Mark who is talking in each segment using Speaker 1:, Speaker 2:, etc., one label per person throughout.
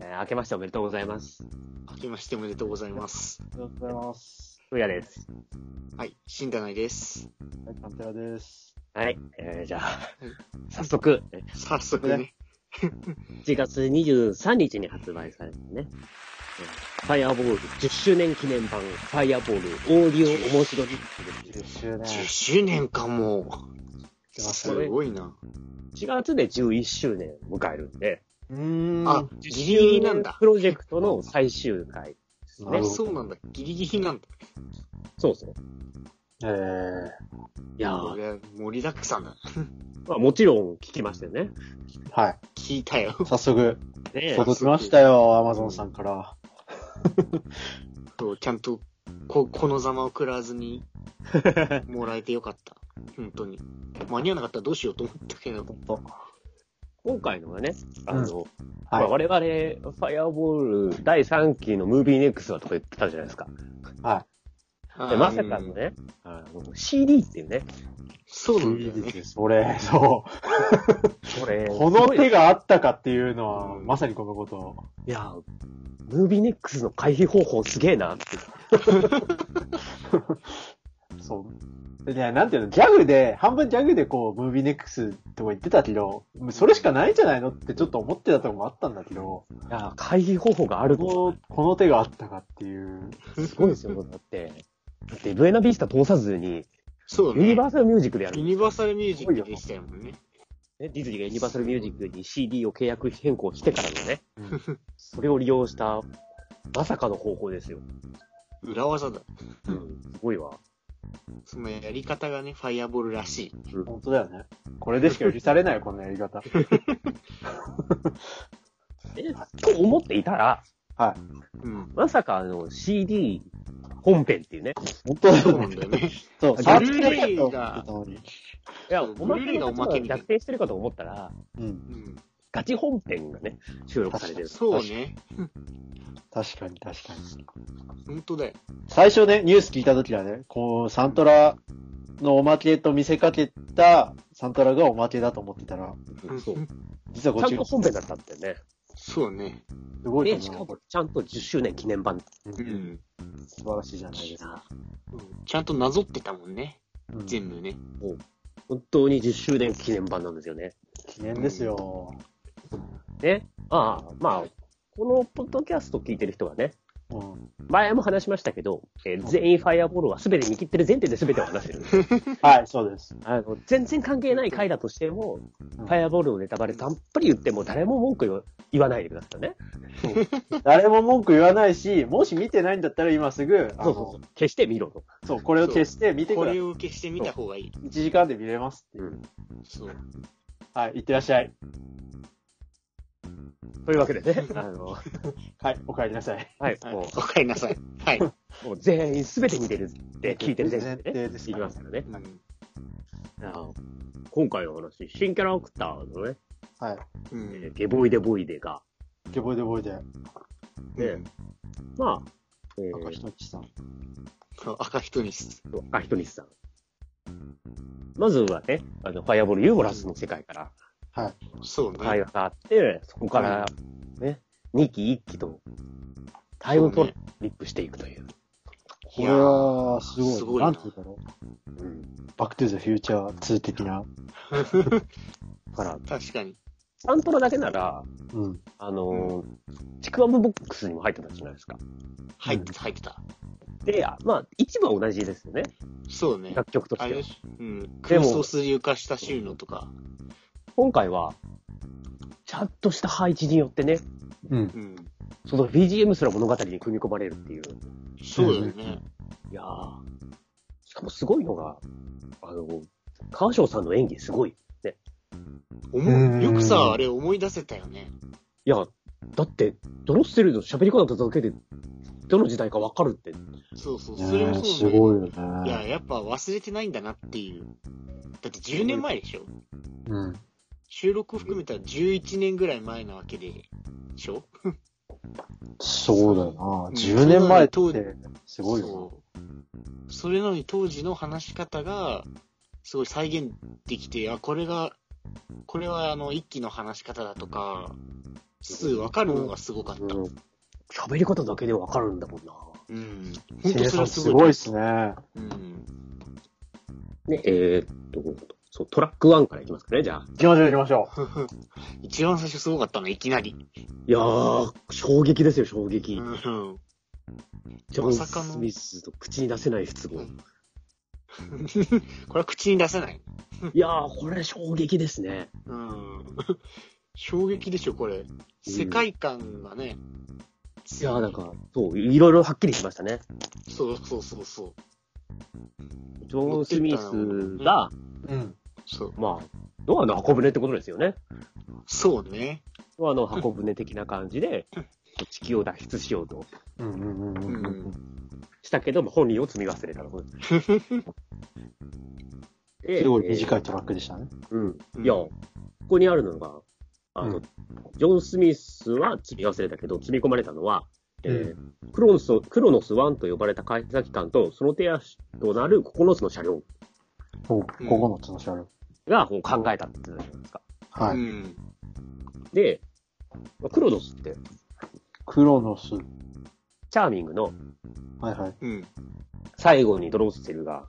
Speaker 1: ー明けましておめでとうございます。
Speaker 2: 明けましておめでとうございます。
Speaker 3: ありがとうございます。
Speaker 1: ふうやです。
Speaker 2: はい、新内です。
Speaker 3: はい、カンペラです。
Speaker 1: はい。えーじゃあ、 早速、
Speaker 2: 早速ね。
Speaker 1: 1月23日に発売されたね、えーファイアボール10周年記念版、ファイアボールオーディオ面白い
Speaker 3: 10周年。
Speaker 2: 10周年かもう。
Speaker 3: 出ます
Speaker 2: す
Speaker 3: ね
Speaker 2: ごいな。
Speaker 1: 4月で11周年を迎えるんで、
Speaker 3: うーん。
Speaker 2: あ、ギリギリなんだ
Speaker 1: プ。ロジェクトの最終回ですね
Speaker 2: あ、。そうなんだ。ギリギリなんだ。
Speaker 1: そうそう。
Speaker 3: えー、
Speaker 1: いや
Speaker 2: こ
Speaker 1: ー
Speaker 2: れは盛りだくさんだ。
Speaker 1: まあもちろん聞きましたよね。
Speaker 3: はい。
Speaker 2: 聞いたよ。
Speaker 3: 早速、
Speaker 1: ねえ
Speaker 2: そう
Speaker 3: 届きましたよ、アマゾンさんから。
Speaker 2: そうちゃんと、こ、このざまを食らわずに、もらえてよかった。本当に。間に合わなかったらどうしようと思ったけど。
Speaker 3: と。
Speaker 1: 今回のはね、あの、まあ
Speaker 3: は
Speaker 1: 我々、ファイアボール第3期のムービーネックスはとか言ってたじゃないですか。
Speaker 3: い。は
Speaker 1: で、まさかの
Speaker 2: うん
Speaker 1: ね、あの CD っていうね、
Speaker 2: そう
Speaker 3: い。
Speaker 2: なんだ
Speaker 3: いい
Speaker 2: よ
Speaker 3: で
Speaker 2: ね
Speaker 3: す。よ、それ。そ
Speaker 1: これ、
Speaker 3: う。この手
Speaker 1: が。
Speaker 3: があったかっていうのは、まさにこのこと。
Speaker 1: いや、ムービーネックスの回避方法すげえなって。
Speaker 3: そう。でね、なんていうの、ギャグで、半分ギャグでこう、ムービーネックスとか言ってたけど、それしかないんじゃないのってちょっと思ってたとこもあったんだけど、
Speaker 1: いや、回避方法があると。
Speaker 3: この、この手があったかっていう。
Speaker 1: すごいですよ、だって。だって、ブエナビスタ通さずに、
Speaker 2: そうだ
Speaker 1: ユニ
Speaker 2: ね。
Speaker 1: バーサルミュージックでや
Speaker 2: ユ
Speaker 1: る。
Speaker 2: ニバーサルミュージックでしたよもんね。
Speaker 1: ね、ディズニーがユニバーサルミュージックに CD を契約変更してからのね、それを利用した、まさかの方法ですよ。
Speaker 2: 裏技だ。
Speaker 1: うん、すごいわ。
Speaker 2: そのやり方がね、ファイアボールらしい。
Speaker 3: 本当だよね。これでしか許されないよ、こんなやり方。
Speaker 1: え、と思っていたら、
Speaker 2: うん。
Speaker 1: まさかあの CD 本編っていうね。
Speaker 3: 本当だ
Speaker 2: そうなんだよね。
Speaker 3: そう、
Speaker 1: サ
Speaker 3: サ
Speaker 1: ー
Speaker 3: ー
Speaker 1: チ
Speaker 3: チ
Speaker 1: プ
Speaker 3: プ
Speaker 2: レ
Speaker 3: レ
Speaker 2: イ
Speaker 3: イ
Speaker 2: が
Speaker 3: が。
Speaker 1: いや、
Speaker 2: そう
Speaker 1: おまけ
Speaker 2: ブルーレイが
Speaker 1: の
Speaker 2: おまけみたい
Speaker 1: 逆転してるかと思ったら、
Speaker 3: うん、
Speaker 2: うん。
Speaker 1: ガチ本編がね、収録されてる。
Speaker 2: そうね。
Speaker 3: 確かに確かに。
Speaker 2: 本当だよ。
Speaker 3: 最初ね、ニュース聞いた時はね、こう、サントラのおまけと見せかけた、サントラがおまけだと思ってたら、
Speaker 1: うんそう。
Speaker 3: 実はこっ
Speaker 1: ち
Speaker 3: ち
Speaker 1: ゃんと本編だったってね。
Speaker 2: そうね。
Speaker 3: すごい
Speaker 1: で、
Speaker 3: と
Speaker 1: しか
Speaker 3: 思う。
Speaker 1: もちゃんと10周年記念版。
Speaker 2: う
Speaker 3: うん
Speaker 2: ん。
Speaker 3: 素晴らしいじゃないですか。
Speaker 2: ちゃんとなぞってたもんね。
Speaker 3: うん記
Speaker 2: 全部ね。
Speaker 1: 本当に10周年記念版なんですよね。
Speaker 3: 念ですよ。
Speaker 1: ね。ああ、まあ、このポッドキャスト聞いてる人はね、
Speaker 3: うん
Speaker 1: 前も話しましたけど、えー全員ファイアボールは全て見切ってる前提で全てを話してる。
Speaker 3: はい、そうです。
Speaker 1: あの、全然関係ない回だとしても、フ
Speaker 3: ん
Speaker 1: ァイアボールのネタバレたっぷり言っても誰も文句言わ言わないでくださいね。
Speaker 3: 誰も文句言わないし、もし見てないんだったら今すぐ、あ
Speaker 1: そうそ
Speaker 3: の
Speaker 1: うそう。決して見ろと。
Speaker 3: そうこれを消して見て
Speaker 2: こ
Speaker 3: くださ
Speaker 2: れ
Speaker 3: い。
Speaker 2: を消してみた方がいい。
Speaker 3: 1時間で見れますっていう。
Speaker 2: そう。
Speaker 3: はい、いってらっしゃい。
Speaker 1: というわけでね、あの、
Speaker 3: はい、お帰りなさい。
Speaker 1: はい、
Speaker 2: はい
Speaker 1: も
Speaker 2: おかえりなさい。はい。
Speaker 1: う、もう全員すべて見てるって聞いてる前
Speaker 3: 前
Speaker 1: 提で、ね、
Speaker 3: 提です
Speaker 1: い
Speaker 3: か
Speaker 1: き
Speaker 3: ら
Speaker 1: ますからね。
Speaker 2: うん
Speaker 1: あの今回の話、新キャラクターのね、
Speaker 3: はい。
Speaker 2: うん
Speaker 1: えーゲボイデボイデが、
Speaker 3: ゲボイデボイデ。
Speaker 2: うん。
Speaker 1: まあ、えー、
Speaker 3: 赤ひときさん。
Speaker 2: 赤人にす。
Speaker 1: あ、ひとりさん。まずはね、あの、ファイアボールユーモラスの世界から、
Speaker 2: そうね。
Speaker 1: 会話があって、そこから、ね、2期1期と、タイムトリップしていくという。
Speaker 3: これは、すごい。
Speaker 2: すごいな
Speaker 3: なんて言うだろう。バックトゥーザフューチャー2的な。
Speaker 1: だから、
Speaker 2: 確かに。
Speaker 1: サントラだけなら、
Speaker 3: うん。
Speaker 1: あのーちくわぶボックスにも入ってたじゃないですか。
Speaker 2: 入ってた、入ってた。
Speaker 1: で、あまあ、一部は同じですよね。
Speaker 2: そうね。
Speaker 1: 楽曲と
Speaker 2: あ
Speaker 1: し
Speaker 2: れ
Speaker 1: て
Speaker 2: で
Speaker 1: は。
Speaker 2: しょうん。空想する床下収納とか。
Speaker 1: 今回は、ちゃんとした配置によってね、
Speaker 3: うん。
Speaker 2: うん。
Speaker 1: その BGM すら物語に組み込まれるっていう。
Speaker 2: そうだよね。
Speaker 1: いやー。しかもすごいのが、あの、川翔さんの演技すごい。
Speaker 2: 思うよく
Speaker 3: う
Speaker 2: さ、
Speaker 3: ん
Speaker 2: あれ思い出せたよね。
Speaker 1: いや、だって、ドロッセルの喋り方だけで、どの時代かわかるって。
Speaker 2: そうそう。それも
Speaker 3: ねす
Speaker 2: そうね。
Speaker 3: ごいよ
Speaker 2: いや、
Speaker 3: ね。
Speaker 2: やっぱ忘れてないんだなっていう。だって10年前でしょ
Speaker 3: うん。
Speaker 2: 収録含めたら11年ぐらい前なわけで、でしょ
Speaker 3: そうだよな。
Speaker 2: ん
Speaker 3: 10年前っ
Speaker 2: そうだ
Speaker 3: て、すごいよ
Speaker 2: そうそれなのに当時の話し方が、すごい再現できて、あ、これが、これはあの、一期の話し方だとか、数わかるのがすごかった。
Speaker 1: うん喋り方だけでわかるんだもんな。
Speaker 2: うん。本当
Speaker 3: 生
Speaker 2: それ
Speaker 3: 産
Speaker 2: は
Speaker 3: す
Speaker 2: す
Speaker 3: ご
Speaker 2: ご
Speaker 3: い
Speaker 2: い。
Speaker 3: っすね。
Speaker 2: うん。
Speaker 1: ね、えー、っと、そう、トラック1からいきますかね、じゃあ。
Speaker 3: 行きましょう行きましょ
Speaker 2: 一番最初すごかったの、いきなり。
Speaker 1: いやー、衝撃ですよ、衝撃。
Speaker 2: うん。
Speaker 1: ジョ
Speaker 2: ま
Speaker 1: ン・
Speaker 2: さかの
Speaker 1: スミスの口に出せない不都合。
Speaker 2: これは口に出せない。
Speaker 1: いやー、これ衝撃ですね。
Speaker 2: うん。衝撃でしょ、これ。世界観がね。
Speaker 1: いやー、なんか、そう、いろいろはっきりしましたね。
Speaker 2: そうそうそうそう。
Speaker 1: ジョン・スミスが、
Speaker 3: う。うん。
Speaker 2: そう
Speaker 1: まあ、ドアの箱舟ってことですよね。
Speaker 2: そうね。
Speaker 1: ドアの箱舟的な感じで、地球を脱出しようと
Speaker 3: うんうんうんうんうん。
Speaker 1: したけど、まあ本人を積み忘れたの。 です
Speaker 3: ごい短いトラックでしたね。
Speaker 1: うん。いや、ここにあるのが、あの、
Speaker 3: うん
Speaker 1: ジョン・スミスは積み忘れたけど、積み込まれたのは、えー
Speaker 3: う
Speaker 1: クロノス、クロノス1と呼ばれた検査機関と、その手足となる9つの車両
Speaker 3: ほう、9つの車両。
Speaker 1: がこう考えたって言ってたじゃないですか。
Speaker 3: は
Speaker 2: う
Speaker 3: い。
Speaker 2: ん。
Speaker 1: で、まあクロノスって、
Speaker 3: クロノス。
Speaker 1: チャーミングの
Speaker 3: はいはい。
Speaker 2: うん。
Speaker 1: 最後にドロッセルが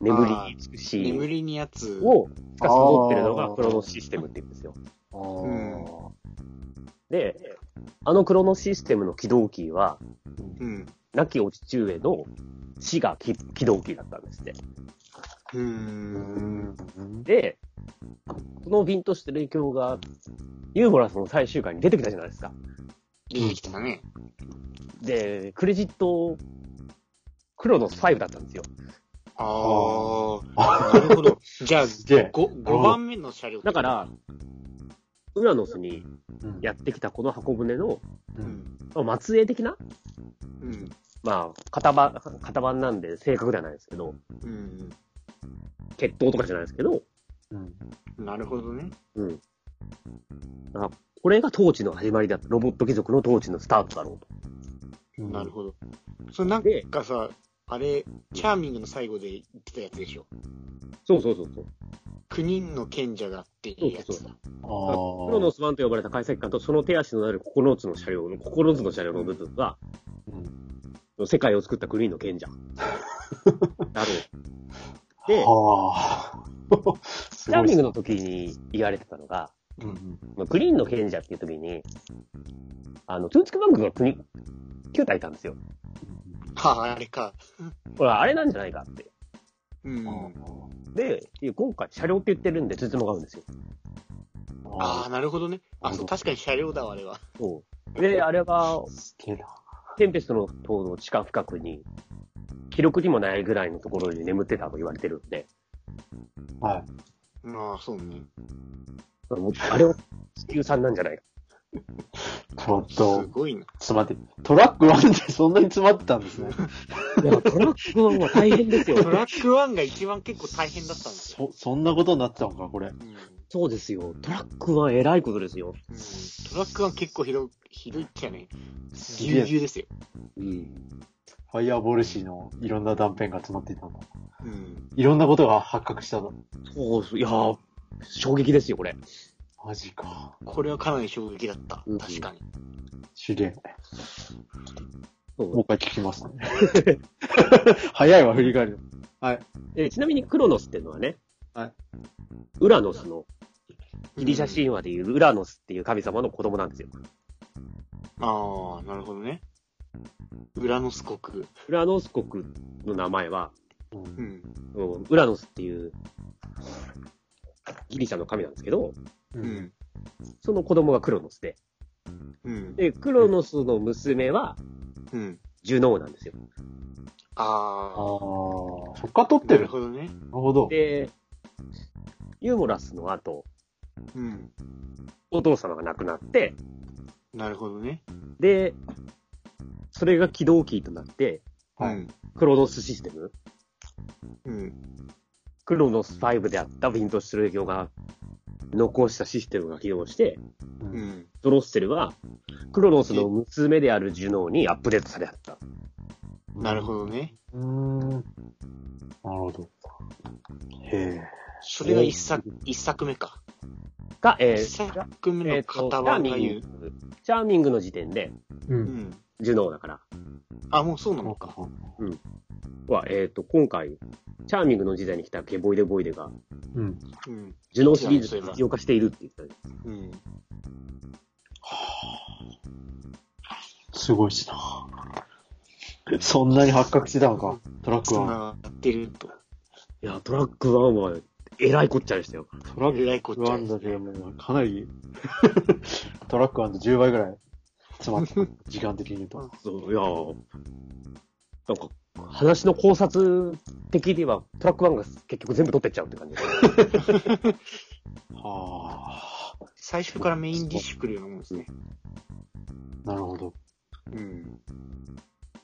Speaker 1: 眠りにつくシー
Speaker 2: 眠
Speaker 1: ン
Speaker 2: りにやつ。
Speaker 1: を、しかし持ってるのがクロノスシステムって言うんですよ。
Speaker 3: あ
Speaker 2: うん
Speaker 3: ー
Speaker 1: で、あのクロノスシステムの起動キーは、
Speaker 2: うん。
Speaker 1: 亡きお父上の死が起起動キーだったんですって。
Speaker 2: う。
Speaker 3: うんん。
Speaker 1: で、そのビンとしてる影響が、ユーモラスの最終回に出てきたじゃないですか。
Speaker 2: 出てきたね。
Speaker 1: で、クレジット、クロノス5だったんですよ。
Speaker 2: あ
Speaker 3: あ
Speaker 2: あ。なるほど。じゃあ、
Speaker 3: すげえ。
Speaker 2: 5、五番目の車両。
Speaker 1: だか、ら、ウラノスに
Speaker 3: うん
Speaker 1: やってきたこの箱舟の、
Speaker 3: う
Speaker 2: うんん。
Speaker 1: まあ末裔的な
Speaker 2: うん。
Speaker 1: まあ、型番、型番なんで正確ではないですけど、
Speaker 2: うん。
Speaker 1: 血統とかじゃないですけど、
Speaker 3: うん
Speaker 2: なるほどね。
Speaker 1: うん。あこれが統治の始まりだった。ロボット貴族の統治のスタートだろう
Speaker 3: うん
Speaker 2: なるほど。それなん
Speaker 1: で
Speaker 2: かさ、あれ、チャーミングの最後で言ってたやつでしょ。
Speaker 1: と。そうそうそうそう。
Speaker 2: 9人の賢者がっていうやつだ。
Speaker 1: クロ
Speaker 3: あ
Speaker 1: ノス1と呼ばれた解析官とその手足となる9つの車両の、9つの車両の部分が、
Speaker 3: ーうん
Speaker 1: 世界を作ったクリーンの賢 者。 だろう。で、
Speaker 3: はあ。 す
Speaker 1: チャー
Speaker 3: ご
Speaker 1: ミン
Speaker 3: いっす
Speaker 1: グ
Speaker 3: ね。
Speaker 1: の時に言われてたのが、
Speaker 3: うん
Speaker 1: まあクリーンの賢者っていう時に、あの、トゥンチクバンクが国、9体いたんですよ。
Speaker 2: はあ、あれか。
Speaker 1: ほら、あれなんじゃないかって。
Speaker 2: うん。
Speaker 1: で、いや今回車両って言ってるんで、つつもが合うんですよ。
Speaker 2: ああ、
Speaker 3: あ
Speaker 2: なるほどね。あ、そう、確かに車両だわ、あれは。
Speaker 1: そう。で、あれは
Speaker 3: あ、、すげえな。
Speaker 1: テンペストの塔の地下深くに、記録にもないぐらいのところに眠ってたと言われてるんで、
Speaker 3: はい。
Speaker 2: ああ、そうね。
Speaker 1: もうあれは地球さんなんじゃないか。
Speaker 3: ちょっ
Speaker 2: す
Speaker 3: と、
Speaker 2: ごいな。
Speaker 3: 詰まって、トラック1って そんなに詰まってたんですね。
Speaker 1: いや、トラックはもう大変ですよ。
Speaker 2: トラック1が一番結構大変だったんですよ。
Speaker 3: そ、そんなことになってたのか、これ。
Speaker 2: うん。うん
Speaker 1: そうですよ。トラックは偉いことですよ。
Speaker 2: トラック1結構ひど、ひどいっちゃね。
Speaker 3: す
Speaker 2: ぎゅ
Speaker 3: げ
Speaker 2: うぎ
Speaker 3: え。
Speaker 2: ゅうですよ。
Speaker 1: うん。
Speaker 3: ファイアーボルシーのいろんな断片が詰まっていたんだ。
Speaker 2: うん。
Speaker 3: いろんなことが発覚したの。
Speaker 1: そうそう、いやー衝撃ですよ、これ。
Speaker 3: マジか。
Speaker 2: これはかなり衝撃だった
Speaker 1: うん。
Speaker 2: 確かに。
Speaker 3: すげえ。
Speaker 1: そう
Speaker 3: もう一回聞きますね。 早いわ、振り返るの。
Speaker 1: えちなみにクロノスっていうのはね、
Speaker 3: はい
Speaker 1: ウラノスの、ギリシャ神話でいうウラノスっていう神様の子供なんですよ。
Speaker 2: ああ、なるほどね。ウラノス国。
Speaker 1: ウラノス国の名前は、
Speaker 3: うん
Speaker 2: うん。
Speaker 1: うんウラノスっていうギリシャの神なんですけど、
Speaker 2: う
Speaker 3: うん。
Speaker 2: ん。
Speaker 1: その子供がクロノスで。
Speaker 2: うん。
Speaker 1: で、クロノスの娘は
Speaker 2: うん。
Speaker 1: ジュノーなんですよ。
Speaker 3: ああ
Speaker 2: あ、
Speaker 3: そっか取
Speaker 2: あ。
Speaker 3: って
Speaker 2: なる
Speaker 3: る。なる
Speaker 2: ほどね。
Speaker 3: ほど。
Speaker 1: で、ユーモラスの後、
Speaker 2: うん。
Speaker 1: お父様が亡くなって、
Speaker 2: なるほどね。
Speaker 1: で、それが起動キーとなって、
Speaker 3: は
Speaker 2: う
Speaker 3: い
Speaker 2: ん。
Speaker 1: クロノスシステム、
Speaker 2: うん。
Speaker 1: クロノス5であったヴィントシュル業が残したシステムが起動して、
Speaker 3: うん
Speaker 2: うん。
Speaker 1: ドロッセルはクロノスの娘であるジュノーにアップデートされた。
Speaker 2: なるほどね。
Speaker 3: うーん。なるほど。へえ。
Speaker 2: それが一作、一作目か。
Speaker 1: か、えー、
Speaker 2: 1作目
Speaker 1: えー
Speaker 2: の
Speaker 1: と、チ
Speaker 2: 片
Speaker 1: ャー
Speaker 2: 番
Speaker 1: ミ
Speaker 2: が
Speaker 1: ン
Speaker 2: 言う。
Speaker 1: グ、チャーミングの時点で、
Speaker 3: う。
Speaker 2: うんん。
Speaker 1: ジュノーだから。
Speaker 2: あ、もうそうな
Speaker 3: そう
Speaker 2: のか
Speaker 3: か。。
Speaker 1: は、えっ、と、今回、チャーミングの時代に来たケボイデボイデが、
Speaker 3: うん。
Speaker 2: うん。
Speaker 1: ジュノーシリーズを実用化しているって言ってたんです。
Speaker 2: うん。
Speaker 3: すごいしな。そんなに発覚してたのか、トラック
Speaker 2: つ
Speaker 3: は。
Speaker 2: ながってると。
Speaker 1: いや、トラック1は、えらいこっちゃでしたよ。
Speaker 3: トラ
Speaker 2: え
Speaker 3: ッ
Speaker 2: らいこっ
Speaker 3: ク
Speaker 2: ちゃ
Speaker 3: ワ
Speaker 2: で
Speaker 3: ン
Speaker 2: す
Speaker 3: だ
Speaker 2: ね
Speaker 3: け、もうかな り、トラックワンと10倍ぐらい詰 まった。時間的に言うと。
Speaker 1: そう、いやーなんか、話の考察的には、トラック1が結局全部取ってっちゃうって感じ。
Speaker 3: はあ、
Speaker 2: 最初からメインディッシュ来るようなもんですね。
Speaker 3: なるほど。
Speaker 2: うん。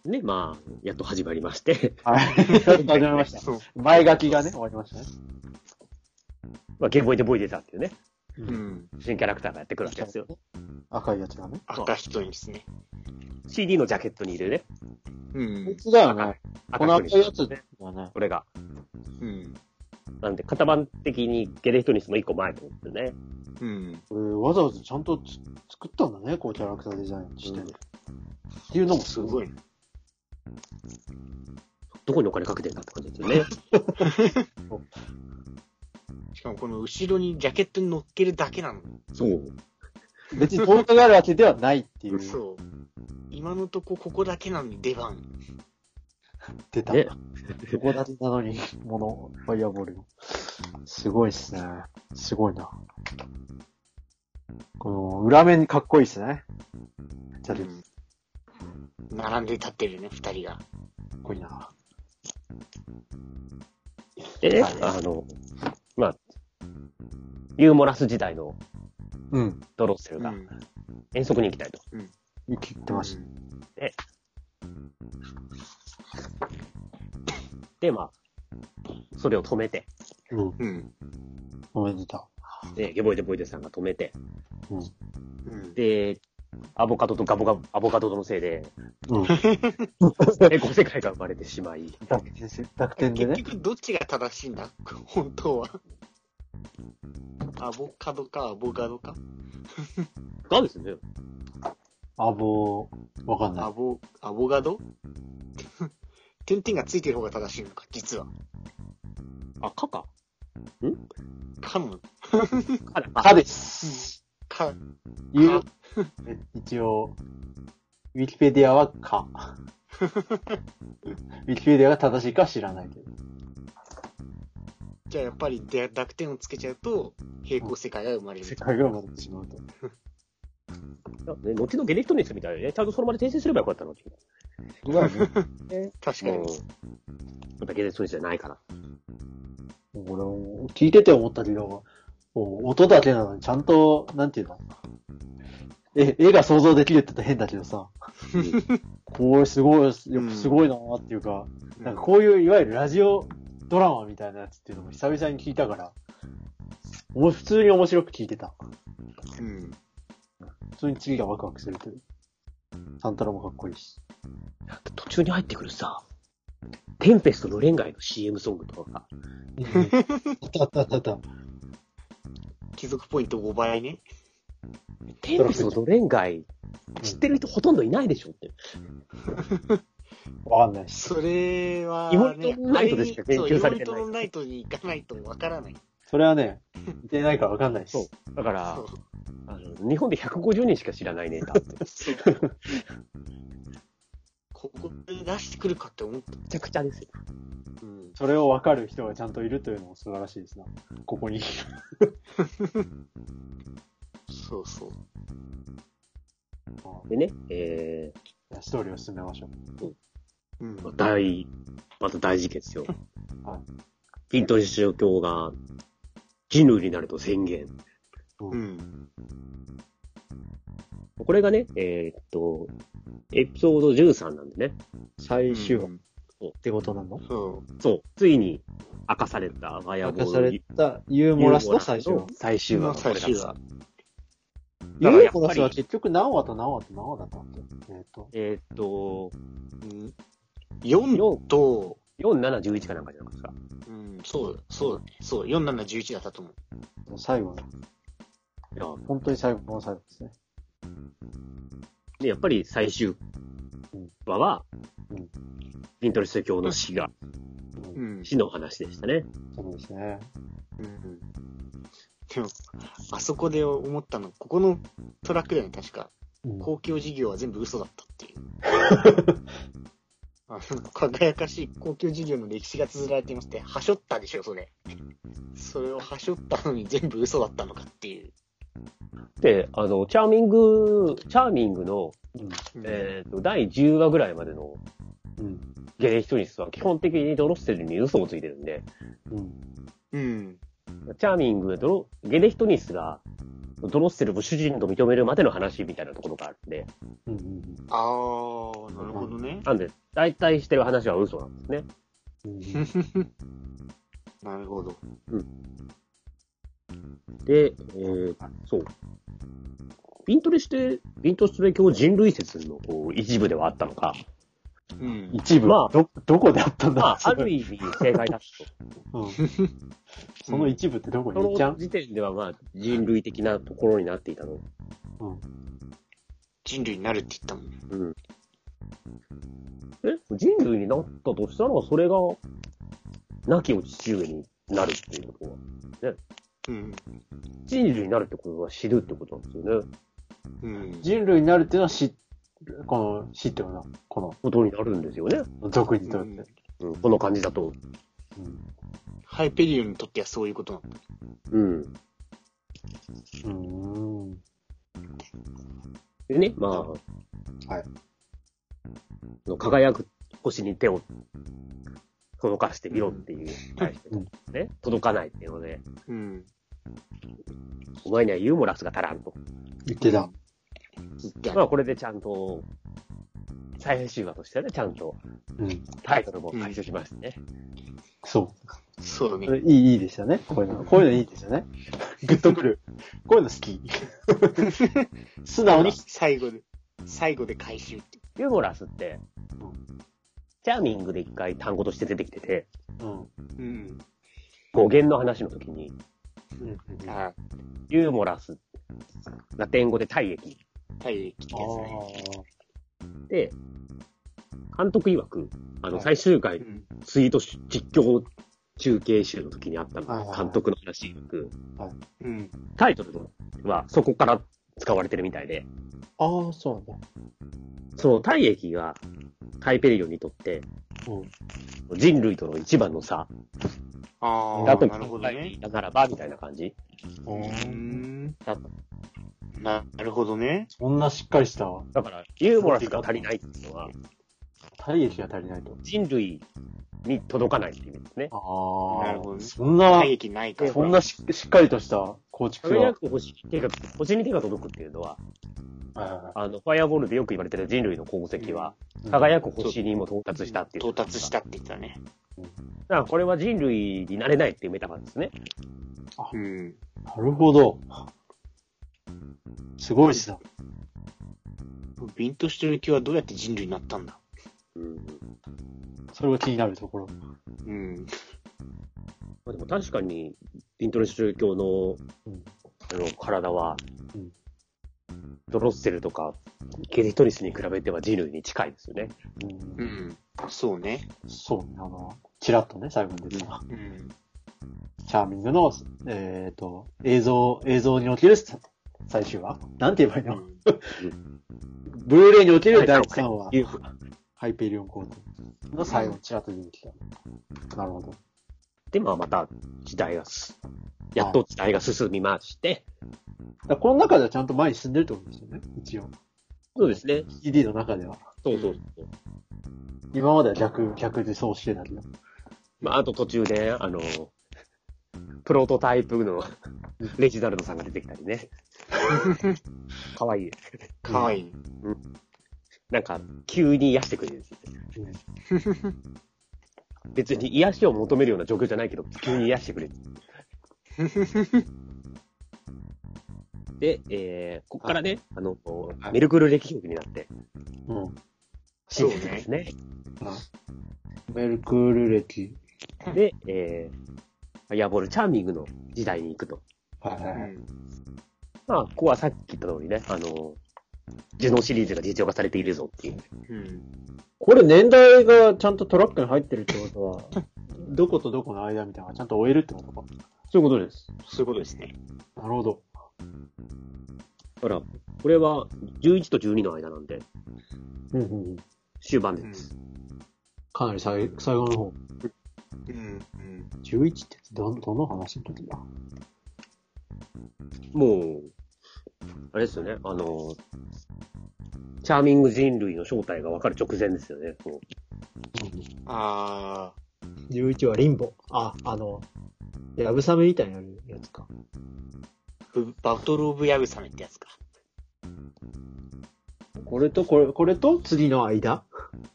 Speaker 1: ね、まあ、やっと始まりまして、
Speaker 3: はい。始まりました。
Speaker 2: そう。
Speaker 3: 前書きがね、終わりましたね。
Speaker 1: まあ、ゲボイデボイデさんっていうね、
Speaker 3: う
Speaker 2: う。ん。
Speaker 1: 新キャラクターがやってくるわけですよ。
Speaker 3: 赤いやつがね。
Speaker 2: 赤一人ですね。
Speaker 1: CD のジャケットにいるね、
Speaker 2: う
Speaker 3: 本
Speaker 2: ん。
Speaker 3: 当だよね。この
Speaker 1: 赤
Speaker 3: 赤いや
Speaker 1: く
Speaker 3: つ
Speaker 1: ね、
Speaker 3: だね。
Speaker 1: これが。
Speaker 2: うん。
Speaker 1: なんで、型番的にゲレヒトニスの一個前と思ってね。
Speaker 2: うん。
Speaker 3: これわざわざちゃんとつ作ったんだね、こうキャラクターデザインして。
Speaker 1: うん
Speaker 3: っていうのもす
Speaker 2: す
Speaker 3: ごい。
Speaker 2: ごいな。
Speaker 1: どこにお金かけてんだって感じですよね。
Speaker 2: しかもこの後ろにジャケットに乗っけるだけなの。
Speaker 1: そう。
Speaker 3: 別に10日があるわけではないっていう。
Speaker 2: そう。今のとこここだけなのに出番。
Speaker 3: 出た。
Speaker 1: ね
Speaker 3: ここだけなのに、もの、ファイアボールの。すごいっすね。すごいな。この、裏面かっこいいっすね。チャリ、か
Speaker 2: うん並んで立ってるね、二人が。
Speaker 3: っこいいな。
Speaker 1: でね、
Speaker 3: はい
Speaker 1: あの、まあ、ユーモラス時代の
Speaker 3: うん。
Speaker 1: ドロッセルが
Speaker 2: ん。
Speaker 1: 遠足に行きたいと。
Speaker 3: 切ってました。
Speaker 1: で、まあ、それを止めて、
Speaker 3: うん。
Speaker 2: うん。
Speaker 3: おめでた。
Speaker 1: で、ゲボイデボイデさんが止めて、
Speaker 2: うん。
Speaker 1: で、アボカドとガボガボ、アボカドとのせいで、
Speaker 3: うん。
Speaker 1: エコ世界が生まれてしまい、
Speaker 3: 濁点せ、濁点で
Speaker 2: 結
Speaker 3: ね。
Speaker 2: 局どっちが正しいんだ 本当は。アボカドかアボカドか
Speaker 1: がですね、
Speaker 3: あぼー、わかんな
Speaker 2: ア
Speaker 3: い。
Speaker 2: ボ、アボガド 点々がついてる方が正しいのか、実は。
Speaker 1: あ、カか
Speaker 2: かの、
Speaker 1: カだ。
Speaker 3: かです。
Speaker 2: か、
Speaker 3: 言う、一応、ウィキペディアはか。ウィキペディアが正しいかは知らないけど。
Speaker 2: じゃあやっぱりで濁点をつけちゃうと、平行世界が生まれ
Speaker 3: 世
Speaker 2: る。
Speaker 3: 界が生まれてしまうと。
Speaker 1: ね後のゲレクトニスみたいでね、ちゃんとその場で訂正すればよかったのに。
Speaker 2: 確か
Speaker 1: も
Speaker 2: に
Speaker 1: う。、またゲレクトニスじゃないから。
Speaker 3: 俺も聞いてて思ったけど、もう音だけなのにちゃんと、なんていうのえ、絵が想像できるって言ったら変だけどさ、 こうすごい、やっぱすごいなーっていうか、なんかこういういわゆるラジオドラマみたいなやつっていうのも久々に聞いたから、おも普通に面白く聞いてた。
Speaker 2: うん。
Speaker 3: 普通に次がワクワクするという。サンタラもかっこい いし。
Speaker 1: 途中に入ってくるさ、テンペストのレンガイの CM ソングとかさ、
Speaker 3: あったあったあったあった。
Speaker 2: 貴族ポイント5倍ね。
Speaker 1: テンペストのレンガイ、知ってる人ほとんどいないでしょって。
Speaker 3: わかんないし。
Speaker 2: それは、
Speaker 1: 妹
Speaker 2: ね、
Speaker 1: のナイトでしか研究されてない
Speaker 2: あにそう妹のナイトに行かないとわからない。
Speaker 3: それはね、見てないからわかんないし。
Speaker 1: そうだから
Speaker 2: そう、
Speaker 1: あの日本で150人しか知らないネタって。め
Speaker 2: ここで出してくるかって思った。
Speaker 1: ちゃくちゃですよ。
Speaker 2: うん。
Speaker 3: それを分かる人がちゃんといるというのも素晴らしいですな。ここに。
Speaker 2: そうそう。
Speaker 1: でね、え
Speaker 3: ストーリーを進めましょう。
Speaker 2: うん。
Speaker 1: ー、大、また大事件ですよ
Speaker 3: はい。
Speaker 1: ピントリスト教が人類になると宣言。
Speaker 2: うん。
Speaker 1: これがね、えーっと、エピソード13なんでね。
Speaker 3: 最終話っ
Speaker 2: うん
Speaker 3: てことなの
Speaker 2: そう。
Speaker 1: そう、ついに明かされたファイア
Speaker 3: 明
Speaker 1: ボ
Speaker 3: か
Speaker 1: ー
Speaker 3: され
Speaker 1: ル。
Speaker 3: たユーモラスと最終話。
Speaker 1: 最終
Speaker 2: 今
Speaker 1: 話。
Speaker 2: 最終話。
Speaker 3: ユ
Speaker 1: だからや
Speaker 3: ー
Speaker 1: っ
Speaker 3: モラ
Speaker 1: ぱ
Speaker 3: スは
Speaker 1: り、
Speaker 3: 結局何話と何話と何話だったんだよ。えっと。
Speaker 1: えーっと、
Speaker 2: うん4と、
Speaker 1: 4、7、11かなんかじゃなかった。
Speaker 2: うん、そう、そうだね。そう、4711だったと思う。
Speaker 3: 最後
Speaker 1: い
Speaker 3: の
Speaker 1: や、
Speaker 3: 本当に最後この最後ですね。
Speaker 1: で、やっぱり最終話は、
Speaker 3: うん
Speaker 1: ピントレス教の死が、
Speaker 2: う
Speaker 3: う、
Speaker 2: んん。
Speaker 1: 死の話でしたね。
Speaker 3: そうですね。
Speaker 2: うんでも、あそこで思ったの、ここのトラックでね、確か、
Speaker 3: うん
Speaker 2: 公共事業は全部嘘だったっていう。 あの輝かしい公共事業の歴史が綴られていまして、はしょったでしょ、それ。それをはしょったのに全部嘘だったのかっていう。
Speaker 1: で、あの、チャーミング、チャーミングの、
Speaker 2: うん
Speaker 1: えっ、と、第10話ぐらいまでの
Speaker 3: うん。
Speaker 1: ゲレヒトリスは基本的にドロッセルに嘘をついてるんで、
Speaker 3: うん。
Speaker 2: うん。
Speaker 1: チャーミング、ドロ、ゲレヒトリスが、ドロッセルを主人と認めるまでの話みたいなところがあるんで、
Speaker 3: うん。うん
Speaker 2: あー、なるほどね。
Speaker 1: なんで、大体してる話は嘘なんですね。
Speaker 3: うん。
Speaker 2: なるほど。
Speaker 1: で、えー、そう。ビントレして、ビントスレ教人類説のこう一部ではあったの か、
Speaker 2: うん。
Speaker 3: 一部、
Speaker 1: まあ
Speaker 3: ど、どこであったんだ、
Speaker 1: まあ、あ
Speaker 3: それ
Speaker 1: る意味正解だし
Speaker 3: うん、その一部ってどこに
Speaker 1: と。
Speaker 3: いっちゃ
Speaker 1: その
Speaker 3: ん
Speaker 1: 時点ではまあ、人類的なところになっていたの。
Speaker 3: うん。
Speaker 2: 人類になるって言ったもんね。
Speaker 1: うん。え人類になったとしたら、それが、亡きお父上になるっていうことは、
Speaker 2: うん。
Speaker 1: 人類になるってことは知るってことなんですよね。
Speaker 2: うん。
Speaker 3: 人類になるっていうのは死、この死ってことだ。こ
Speaker 1: ことになるんですよね。
Speaker 3: の、俗にとって。
Speaker 1: うん、この感じだと。
Speaker 3: うん。
Speaker 2: ハイペリオンにとってはそういうことなんだ。
Speaker 1: うん。
Speaker 3: うん。
Speaker 1: でね、まあ、
Speaker 3: はい
Speaker 1: その輝く星に手を届かしてみろっていう、対して
Speaker 3: うん
Speaker 1: ね、届かないっていうので、
Speaker 2: うん。
Speaker 1: お前にはユーモラスが足らんと。
Speaker 3: 言ってた。
Speaker 2: 言ってある
Speaker 1: まあ、これでちゃんと、最終話としてね、ちゃんと
Speaker 3: うん。
Speaker 1: タイトルも解消しましてね。
Speaker 3: そ
Speaker 2: そうだ
Speaker 3: う。
Speaker 2: ね
Speaker 3: そ。れいい、いいでしたね。こういうの。こういうのいいですよね。グッとくる。こういうの好 き。素直に。
Speaker 2: 最後で、最後で回収って。
Speaker 1: ユーモラスって
Speaker 3: う、
Speaker 1: チャーミングで一回単語として出てきてて、
Speaker 3: うん。
Speaker 2: うん。
Speaker 1: 語源の話の時に、
Speaker 3: うん。あ
Speaker 2: あ
Speaker 1: ユーモラス、ラテン語で体液
Speaker 2: あ、はい、切ったやつね。
Speaker 1: で、監督曰く、あの、
Speaker 3: はい
Speaker 1: 最終回
Speaker 2: うん。
Speaker 1: ツイートし実況中継集の時にあった
Speaker 3: はいはい
Speaker 1: の
Speaker 3: はい
Speaker 1: 監督の話く、
Speaker 2: うん。
Speaker 1: タイトルはそこから使われてるみたいで、
Speaker 3: あー、そうなんだ。
Speaker 1: その体液がタイペリオンにとって
Speaker 3: うん。
Speaker 1: 人類との一番の差
Speaker 2: あ
Speaker 1: だ
Speaker 2: あ、
Speaker 1: と
Speaker 2: なるほ
Speaker 1: 考
Speaker 2: ど
Speaker 1: えて
Speaker 2: ね
Speaker 1: い。たならば、みたいな感じ。
Speaker 2: う
Speaker 3: う
Speaker 2: ー
Speaker 3: ん
Speaker 2: ん
Speaker 1: だと
Speaker 2: ななるほどね。
Speaker 3: そんなしっかりした
Speaker 1: だから、ユーモラスが足りないっていうのは、
Speaker 3: 体液が足りないと。
Speaker 1: 人類に届かないっていう意味ですね。
Speaker 3: ああ。
Speaker 2: なるほどね
Speaker 3: そんな
Speaker 2: 体、液ないから。
Speaker 3: そんなししっかりとした構築が。は
Speaker 1: 輝
Speaker 3: い
Speaker 1: く星に手が、星に手が届くっていうのは、
Speaker 3: は
Speaker 1: あの、ファイアボールでよく言われてる人類の功績は、
Speaker 3: いはい
Speaker 1: 輝く星にも到達したっていう。
Speaker 2: 到達したって言ってたね。
Speaker 1: だからこれは人類になれないっていうメタファーですね。
Speaker 2: うん。
Speaker 3: なるほど。すごいっすな。
Speaker 2: ビンとしてる気はどうやって人類になったんだ
Speaker 3: それが気になるところ。
Speaker 2: うん。
Speaker 1: まあでも確かに、イントレス宗教の
Speaker 3: うん
Speaker 1: あの体は、
Speaker 3: うん
Speaker 1: ドロッセルとかゲリトリスに比べては人類に近いですよね。
Speaker 3: う、
Speaker 2: うんん。そうね。
Speaker 3: そうね、あの、ちらっとね、最後に出てた。
Speaker 2: うん。
Speaker 3: チャーミングの、えっ、と、映像、映像における最終話。なんて言えばいいのブルーレイにおける第3話。
Speaker 1: ユー
Speaker 3: ハイペリオンコートの最後にちらっと出てきた。なるほど。
Speaker 1: で、まあまた時代がす、やっと時代が進みまして、
Speaker 3: だからこの中ではちゃんと前に進んでるってことですよね、一応。
Speaker 1: そうですね。
Speaker 3: ED の中では。
Speaker 1: そうそうそう。
Speaker 3: 今までは逆、逆でそうしてたけど。
Speaker 1: まああと途中で、あの、プロトタイプのレジダルドさんが出てきたりね。かわいい。
Speaker 2: かわいい。
Speaker 1: なんか、急に癒してくれるんですよ。別に癒しを求めるような状況じゃないけど、急に癒してくれる。で、えー、こっからね、あの、
Speaker 3: はい
Speaker 1: メルクル歴表記になって、
Speaker 3: うん。
Speaker 1: 真実ですね。
Speaker 3: メルクール歴。
Speaker 1: で、えー、ヤボルチャーミングの時代に行くと。
Speaker 3: はいは
Speaker 2: う
Speaker 3: いはい。
Speaker 2: ん。
Speaker 1: まあ、ここはさっき言った通りね、あの、ジュノンシリーズが実用化されているぞっていう。
Speaker 2: うん。
Speaker 4: これ年代がちゃんとトラックに入ってるってことは、
Speaker 3: どことどこの間みたいなのがちゃんと終えるってことか。
Speaker 4: そういうことです。
Speaker 2: そういうことですね。
Speaker 3: なるほど。
Speaker 1: だから、これは11と12の間なんで、
Speaker 4: うんうんうん。
Speaker 1: 終盤
Speaker 2: う
Speaker 1: で
Speaker 2: ん
Speaker 1: す。
Speaker 3: かなり最最後の方。
Speaker 2: うん。うん。
Speaker 3: 11ってど、どの話の時だ
Speaker 1: もう、あれですよね、あの、チャーミング人類の正体がわかる直前ですよね。こう
Speaker 2: あ
Speaker 4: ?11 はリンボ。あ、あの、やぶさめみたいになるやつか。
Speaker 2: ーブバトルオブヤグサメってやつか。
Speaker 4: これとこれ、これと次の間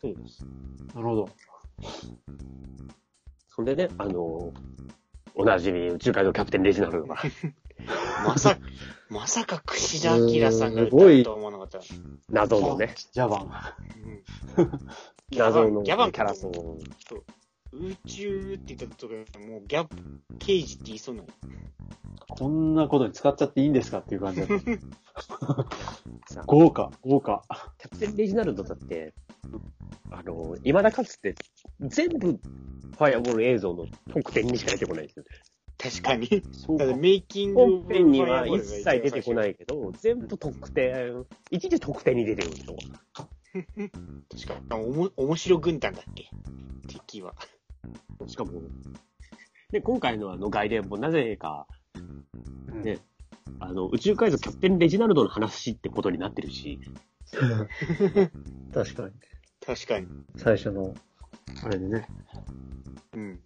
Speaker 1: そうです。
Speaker 3: なるほど。
Speaker 1: それでね、あの、おなじみ宇宙海のキャプテンレジナルドが、
Speaker 2: まさ、まさか串田明さんが歌
Speaker 4: すご
Speaker 2: う
Speaker 4: い
Speaker 2: とは思わなかった。
Speaker 1: 謎のね、
Speaker 3: ジャバン。
Speaker 2: うん
Speaker 1: 謎の
Speaker 2: ギ
Speaker 1: キ
Speaker 2: ャバン
Speaker 1: ャラソン。
Speaker 2: 宇宙って言ったところもうギャップ、刑事って言いそうなの。
Speaker 3: こんなことに使っちゃっていいんですかっていう感じだった豪華、豪華。
Speaker 1: キャプテン・レジナルドだって、あの、いまだかつて、全部、ファイアボール映像の特典にしか出てこないんですよ。
Speaker 2: 確かに。
Speaker 3: そう
Speaker 2: だ
Speaker 3: か
Speaker 2: って。メイキング。
Speaker 1: 本編には一切出てこないいけど、全部特典、一時特典に出てるんでしょ。
Speaker 2: 確かに。おも、面白軍団だっけ敵は。
Speaker 1: しかも、で、今回のあの外伝もなぜか、ね、あの、宇宙海賊キャプテン・レジナルドの話ってことになってるし、
Speaker 4: 確かに。
Speaker 2: 確かに。
Speaker 4: 最初の、あれでね。
Speaker 2: うん。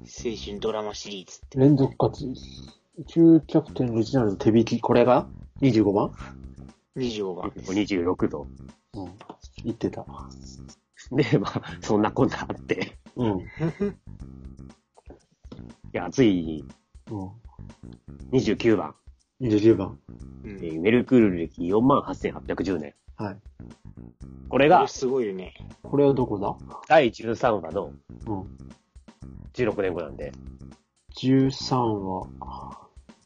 Speaker 2: 青春ドラマシリーズって。
Speaker 3: 連続勝ち。宇宙キャプテンレジナルド手引き。これが ?25 番
Speaker 2: 25番。
Speaker 1: 26度。
Speaker 3: うん。言ってた。
Speaker 1: で、まあ、そんなこんなあって、
Speaker 3: うん。うん。
Speaker 1: いや、ついに29番、
Speaker 3: 20番。
Speaker 1: え
Speaker 2: うん。
Speaker 1: ーメルクール歴48,810年。
Speaker 3: はい。
Speaker 1: これ
Speaker 2: これ
Speaker 1: が
Speaker 2: すごいよね。
Speaker 3: これはどこだ
Speaker 1: 第13話の
Speaker 3: うん。
Speaker 1: 16年後なんで、
Speaker 3: 13は、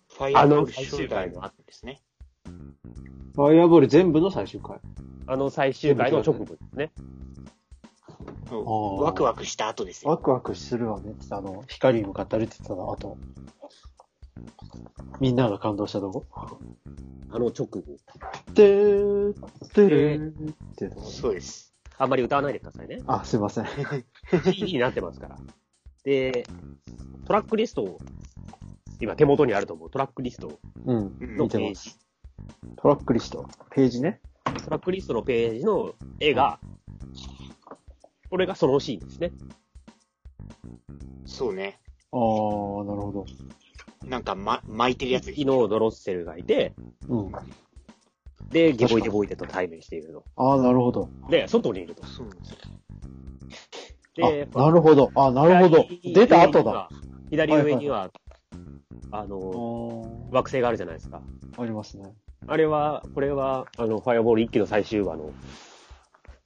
Speaker 2: ファイア
Speaker 1: あ
Speaker 2: ボー
Speaker 1: の
Speaker 2: ル
Speaker 1: 最
Speaker 2: 初
Speaker 1: 終
Speaker 2: 代
Speaker 1: 回
Speaker 2: の
Speaker 1: の
Speaker 2: 後ですね。
Speaker 3: ファイアボール全部の最終回。
Speaker 1: あの最終回の直後ですね。
Speaker 2: そうワクワクした後です
Speaker 3: ワ
Speaker 2: よ。
Speaker 3: クワクするわねってあの、光に向かって歩いてたの、あと。みんなが感動したとこ。
Speaker 1: あの直後。
Speaker 3: てー、てーってとこ。
Speaker 2: そうです。
Speaker 1: あんまり歌わないでくださいね。
Speaker 3: あ、すいません。
Speaker 1: CD になってますから。で、トラックリストを、今手元にあると思う。トラックリスト
Speaker 3: うん。
Speaker 2: うん
Speaker 1: の
Speaker 3: 見
Speaker 1: ペ
Speaker 3: て
Speaker 1: ー
Speaker 3: ま
Speaker 1: ジ。
Speaker 3: トラックリスト。ページね。
Speaker 1: トラックリストのページの絵が、これがそのシーンですね。
Speaker 2: そうね。
Speaker 3: あー、なるほ
Speaker 2: なんか、ま、巻いてるやつ。
Speaker 1: 昨日ドロッセルがいて、
Speaker 3: ど。うん。あ
Speaker 1: で、ゲボイゲボイテと対面しているの。
Speaker 3: ー、なるほど。
Speaker 1: で、外にいると。
Speaker 2: そうなんですよ
Speaker 1: で、
Speaker 3: あ、なるほど。あ、なるほど。
Speaker 1: 左
Speaker 3: 出た後だ。。
Speaker 1: 左上には、あの、
Speaker 3: あ
Speaker 1: 惑星があるじゃないですか。
Speaker 3: ー、ありますね。
Speaker 1: あれは、これは、あの、ファイアボール1期の最終話の、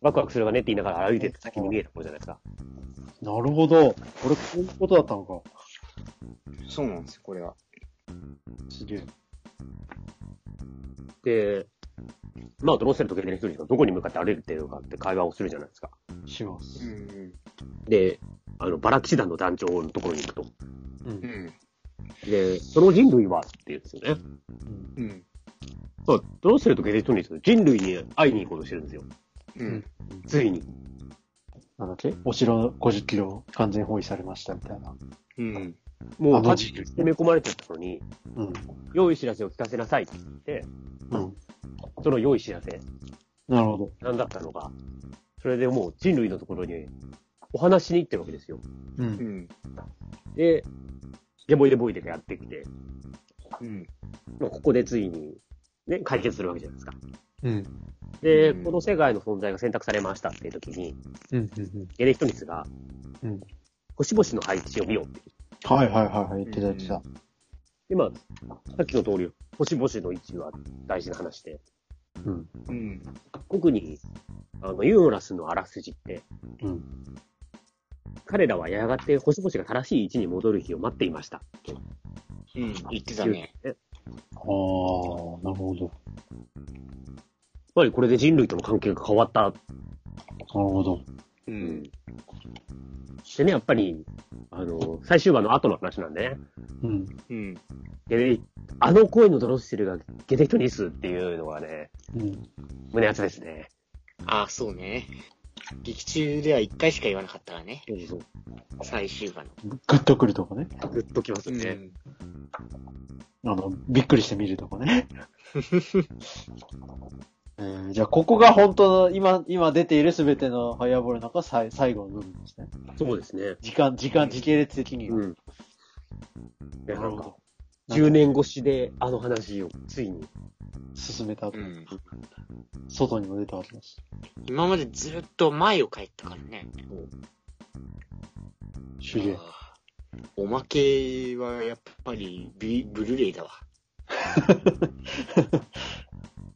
Speaker 1: ワクワクするわねって言いながら歩いてった先に見えたことじゃないですか。
Speaker 3: なるほど。これ、こういうことだったのか。
Speaker 2: そうなんですよ、これは。
Speaker 3: すげえ。
Speaker 1: で、まあ、ドロッセルとゲデレ一人がどこに向かって歩いてるのかって会話をするじゃないですか。
Speaker 3: しま
Speaker 2: う
Speaker 3: す。
Speaker 2: ん。
Speaker 1: で、あの、バラ騎士団の団長のところに行くと。
Speaker 3: う。
Speaker 2: うんん。
Speaker 1: で、その人類はって言うんですよね。
Speaker 2: うん。
Speaker 1: まあ、ドロッセルとゲデレ一人です人類に会いに行こうとしてるんですよ。
Speaker 2: うん。
Speaker 1: ついに。
Speaker 3: なんだっけお城50キロ完全包囲されましたみたいな。
Speaker 2: うん。
Speaker 1: も
Speaker 3: あ
Speaker 1: う、
Speaker 3: の
Speaker 1: 立
Speaker 3: 時
Speaker 1: ち
Speaker 3: 期
Speaker 1: 詰め込まれちゃったのに、
Speaker 3: うん。
Speaker 1: 用意知らせを聞かせなさいって言って、
Speaker 3: うん。
Speaker 1: その用意知らせ、
Speaker 3: なるほど。
Speaker 1: なんだったのか。それでもう人類のところにお話しに行ってるわけですよ。
Speaker 3: う。
Speaker 2: うんん。
Speaker 1: で、ゲボイデボイデがやってきて、
Speaker 2: うん。
Speaker 1: まあここでついに、ね、解決するわけじゃないですか。
Speaker 3: うん。
Speaker 1: で、
Speaker 2: うん
Speaker 1: この世界の存在が選択されましたっていう時に、
Speaker 3: うん。うん。
Speaker 1: ゲレヒトニスが、
Speaker 3: うん
Speaker 1: 星々の配置を見ようっていう。
Speaker 3: はいはいはいはい。言ってた言ってた。
Speaker 1: で、まあ、さっきの通り、星々の位置は大事な話で、
Speaker 3: うん。
Speaker 2: うん。
Speaker 1: 特に、あの、ユーモラスのあらすじって、
Speaker 3: うん。
Speaker 1: 彼らはやがて星々が正しい位置に戻る日を待っていました。
Speaker 2: うん。言ってたね。
Speaker 1: え
Speaker 3: ああ、なるほど。
Speaker 1: つまりこれで人類との関係が変わった。
Speaker 3: なるほど。
Speaker 1: うん。でね、やっぱり、あの、最終話の後の話なんでね。
Speaker 3: うん。
Speaker 2: うん。
Speaker 1: で、あの声のドロッセルがゲテクトニスっていうのがね、
Speaker 3: うん。
Speaker 1: 胸熱ですね。
Speaker 2: ああ、そうね。劇中では一回しか言わなかったからね。
Speaker 1: そうそう。
Speaker 2: 最終話の。
Speaker 3: グッとくるとかね。
Speaker 1: グッときますね。
Speaker 3: あの、びっくりして見るとか ね。えー、じゃあ、ここが本当の、今、今出ているすべてのファイアボールの中の最最後の部分ですね。
Speaker 1: そうですね。
Speaker 3: 時間、時間、時系列的には。
Speaker 1: うん。いや、
Speaker 3: な
Speaker 1: な
Speaker 3: る
Speaker 1: ん
Speaker 3: ほ
Speaker 1: か
Speaker 3: ど、。
Speaker 1: 10年越しであの話をついに。
Speaker 3: 進めた後、
Speaker 2: うん。
Speaker 3: 外にも出たわけだし。
Speaker 2: 今までずっと前を帰ったからね。
Speaker 3: 手芸。
Speaker 2: あーおまけはやっぱりビブルーレイだわ。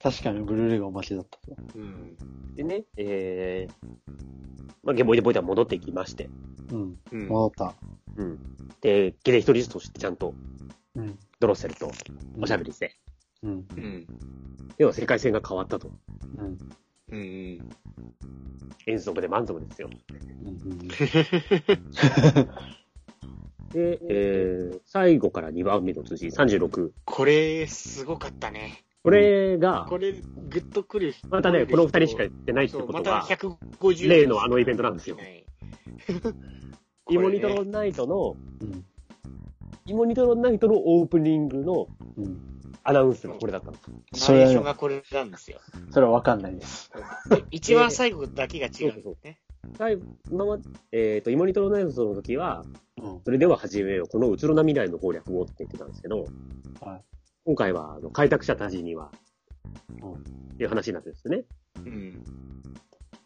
Speaker 3: 確かにブルーレイがおまけだった。
Speaker 2: うん。
Speaker 1: でね、えー、まあ、ゲボイデボイデは戻ってきまして。
Speaker 3: うん。
Speaker 2: うん。
Speaker 3: 戻った。
Speaker 1: うん。で、ゲテクトニスとしてちゃんと
Speaker 3: うん。
Speaker 1: ドロッセルとおしゃべりして。
Speaker 3: うん。
Speaker 2: うん。
Speaker 1: 要は世界線が変わったと。
Speaker 3: うん。
Speaker 2: うんうん。
Speaker 1: 遠足で満足ですよ。
Speaker 3: うん。
Speaker 1: で、えー、最後から2番目の通信、36。
Speaker 2: これ、すごかったね。
Speaker 1: これが、
Speaker 2: これ、グッとくる。
Speaker 1: またね、この二人しか
Speaker 2: い
Speaker 1: 言ってないって
Speaker 2: そ
Speaker 1: こ
Speaker 2: う、ま
Speaker 1: と
Speaker 2: た
Speaker 1: が、
Speaker 2: 150
Speaker 1: 例のあのイベントなんですよ
Speaker 2: は。い
Speaker 1: イモニト
Speaker 2: これ
Speaker 1: ロ
Speaker 2: ね
Speaker 1: ナイトの、
Speaker 3: うん。
Speaker 1: イモニトロナイトのオープニングの
Speaker 3: うん。
Speaker 1: アナウンスがこれだったの。
Speaker 3: そ
Speaker 2: ナレ
Speaker 3: れ
Speaker 2: ーションが
Speaker 3: は、
Speaker 2: これなんですよ。
Speaker 3: それはわかんないです。
Speaker 2: 一番最後だけが違うんですね。
Speaker 1: はい、今まえっ、と、イモニトロナイトの時は、
Speaker 3: うん。
Speaker 1: それでは始めよう、このうつろな未来の攻略をって言ってたんですけど、
Speaker 3: はい
Speaker 1: 今回はあの開拓者たちには、
Speaker 3: うん
Speaker 1: っていう話になってるんですね。
Speaker 2: うん。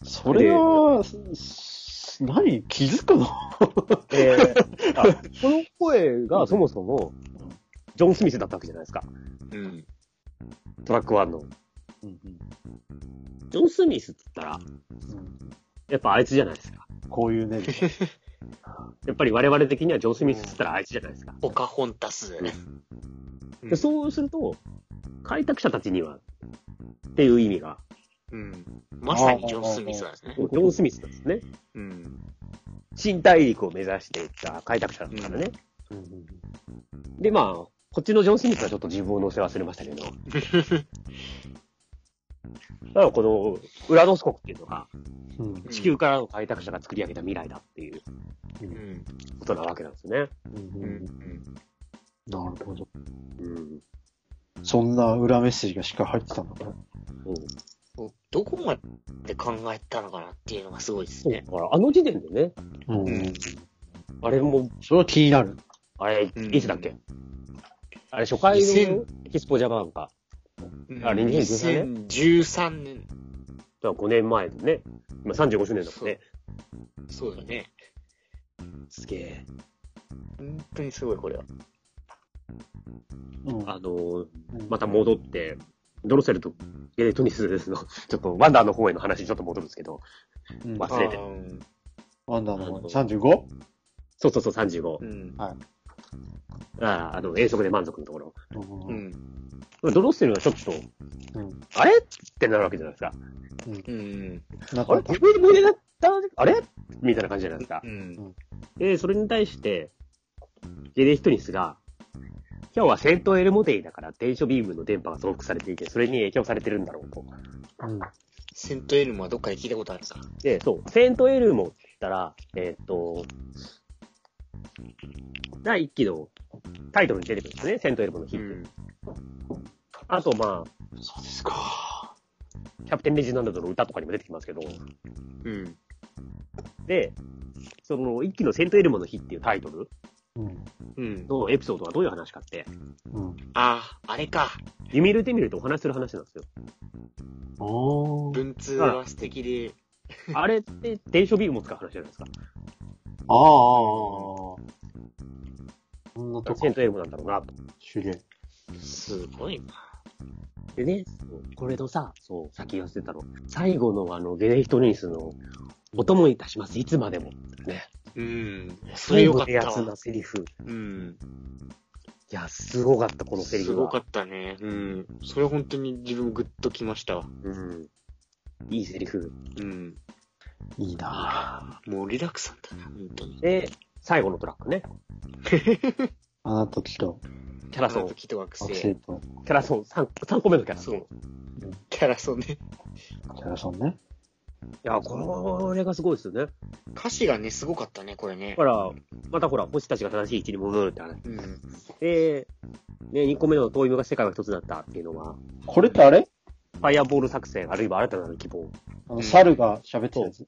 Speaker 3: それは、す何気づくの
Speaker 1: で、 あこの声がそもそも、ジョン・スミスだったわけじゃないですか。
Speaker 2: うん。
Speaker 1: トラック1の。
Speaker 3: うん。
Speaker 1: ジョン・スミスって言ったら、やっぱあいつじゃないですか。
Speaker 3: こういう ね。
Speaker 1: やっぱり我々的にはジョン・スミスって言ったらあいつじゃないですか。
Speaker 2: ポカホンタス。
Speaker 1: でそうすると、開拓者たちには、っていう意味が、
Speaker 2: うん。まさにジョン・スミスなんですね
Speaker 1: ジ。ョン・スミスなんですね。
Speaker 2: うん。
Speaker 1: 新大陸を目指していった開拓者だからね。で、まあ、こっちのジョン・スミスはちょっと自分を乗せ忘れました けど。だからこの、ウラノス国っていうのが、
Speaker 3: うん。
Speaker 1: 地球からの開拓者が作り上げた未来だっていう
Speaker 2: うん。
Speaker 1: ことなわけなんですね。
Speaker 3: うん
Speaker 2: う
Speaker 3: うん
Speaker 2: ん。
Speaker 3: なるほど。
Speaker 1: うん。
Speaker 3: そんな裏メッセージがしっかり入ってたんだね。
Speaker 1: そう
Speaker 2: どこまで考えたのかなっていうのがすごいです
Speaker 1: そう
Speaker 2: ね
Speaker 1: だ。から、あの時点でね、
Speaker 3: う
Speaker 2: うん。
Speaker 1: あれも、
Speaker 3: それは気になる。
Speaker 1: あれ、
Speaker 2: うん
Speaker 1: いつだっけあれ、初回のエキスポジャパンか。あれ2013
Speaker 2: 2013年。
Speaker 1: だから5年前のね、今35周年だもんね。
Speaker 2: そうだね。
Speaker 1: すげえ。
Speaker 2: 本当にすごい、これは。
Speaker 3: うん。
Speaker 1: あのー、また戻って、ドロセルとゲレトニスの、 ちょっとワンダーの方への話にちょっと戻るんですけど、
Speaker 3: うん
Speaker 1: 忘れて
Speaker 2: あー
Speaker 3: ワンダーの 35?
Speaker 1: そうそうそう35
Speaker 2: う。ん。
Speaker 1: ああ、あの、遠足で満足のところ。
Speaker 2: う
Speaker 3: う。
Speaker 2: んん。
Speaker 1: ドロッセルがちょっと、
Speaker 3: うん
Speaker 1: あれってなるわけじゃないですか。
Speaker 2: うん。
Speaker 3: なん
Speaker 1: あれこ
Speaker 3: か、
Speaker 1: こで胸だったあれみたいな感じじゃないですか
Speaker 2: う。ん。
Speaker 1: で、それに対して、ゲレヒトニスが、今日は戦闘エルモデイだから、電書ビームの電波が増幅されていて、それに影響されてるんだろうと。
Speaker 3: うん。
Speaker 2: セントエルムはどっかで聞いたことあるか。
Speaker 1: で、そう、セントエルモって言ったら、えーっと、第1期のタイトルに出てくるんですね、セントエルモの日って。あと、まあ、
Speaker 3: そうですか。
Speaker 1: キャプテンレジナルドの歌とかにも出てきますけど、
Speaker 2: うん。
Speaker 1: で、その、一期のセントエルモの日っていうタイトル
Speaker 3: うん。
Speaker 2: うん。
Speaker 1: のエピソードはどういう話かって、
Speaker 3: うん。
Speaker 2: ああ、あれか。
Speaker 1: 弓入れてみるとお話しする話なんですよ。
Speaker 3: おー。
Speaker 2: 文通は素敵で。
Speaker 1: あれって、電書ビームも使う話じゃないですか。
Speaker 3: ああ、ああ、ああ。こんなと
Speaker 1: セ
Speaker 3: こ
Speaker 1: ン、トエルモなんだろうな、と。
Speaker 3: 手芸。
Speaker 2: すごいな。
Speaker 1: でね、これのさ、そう、先言わせてたの。最後のあの、ゲレヒトニスの、お供いたします、いつまでも。
Speaker 2: うん。それよか
Speaker 1: 最後
Speaker 2: った
Speaker 1: のやつ
Speaker 2: わ。
Speaker 1: のセリフ。
Speaker 2: うん。
Speaker 1: いや、すごかった、このセリ
Speaker 2: す
Speaker 1: フ
Speaker 2: ご
Speaker 1: は。
Speaker 2: かったね。うん。それ本当に自分グッときましたわ。
Speaker 1: うん。いいセリフ。
Speaker 2: うん。
Speaker 3: いいなぁ。
Speaker 2: もうリラックスなんだな、本当に。
Speaker 1: で、最後のトラックね。
Speaker 3: あなたと
Speaker 1: キャラソ
Speaker 2: そ
Speaker 1: ン
Speaker 2: う。。キと学
Speaker 3: 学生
Speaker 2: 生。
Speaker 3: と
Speaker 1: キャラソン、3, 三個目のキャラソ
Speaker 2: そ
Speaker 1: ン。
Speaker 2: う。キャラソンね。
Speaker 3: キャラソンね。
Speaker 1: いや、これがすごいですよね。
Speaker 2: 歌詞がね、すごかったね、これね
Speaker 1: だか。ら、またほら、星たちが正しい位置に戻るって話。
Speaker 2: うん。
Speaker 1: で、ね、2個目の遠い目が世界が一つだったっていうのは、
Speaker 3: これってあれ
Speaker 1: ファイアボール作戦、あるいは新たなる希望。
Speaker 3: あの、猿が喋ってたやつ。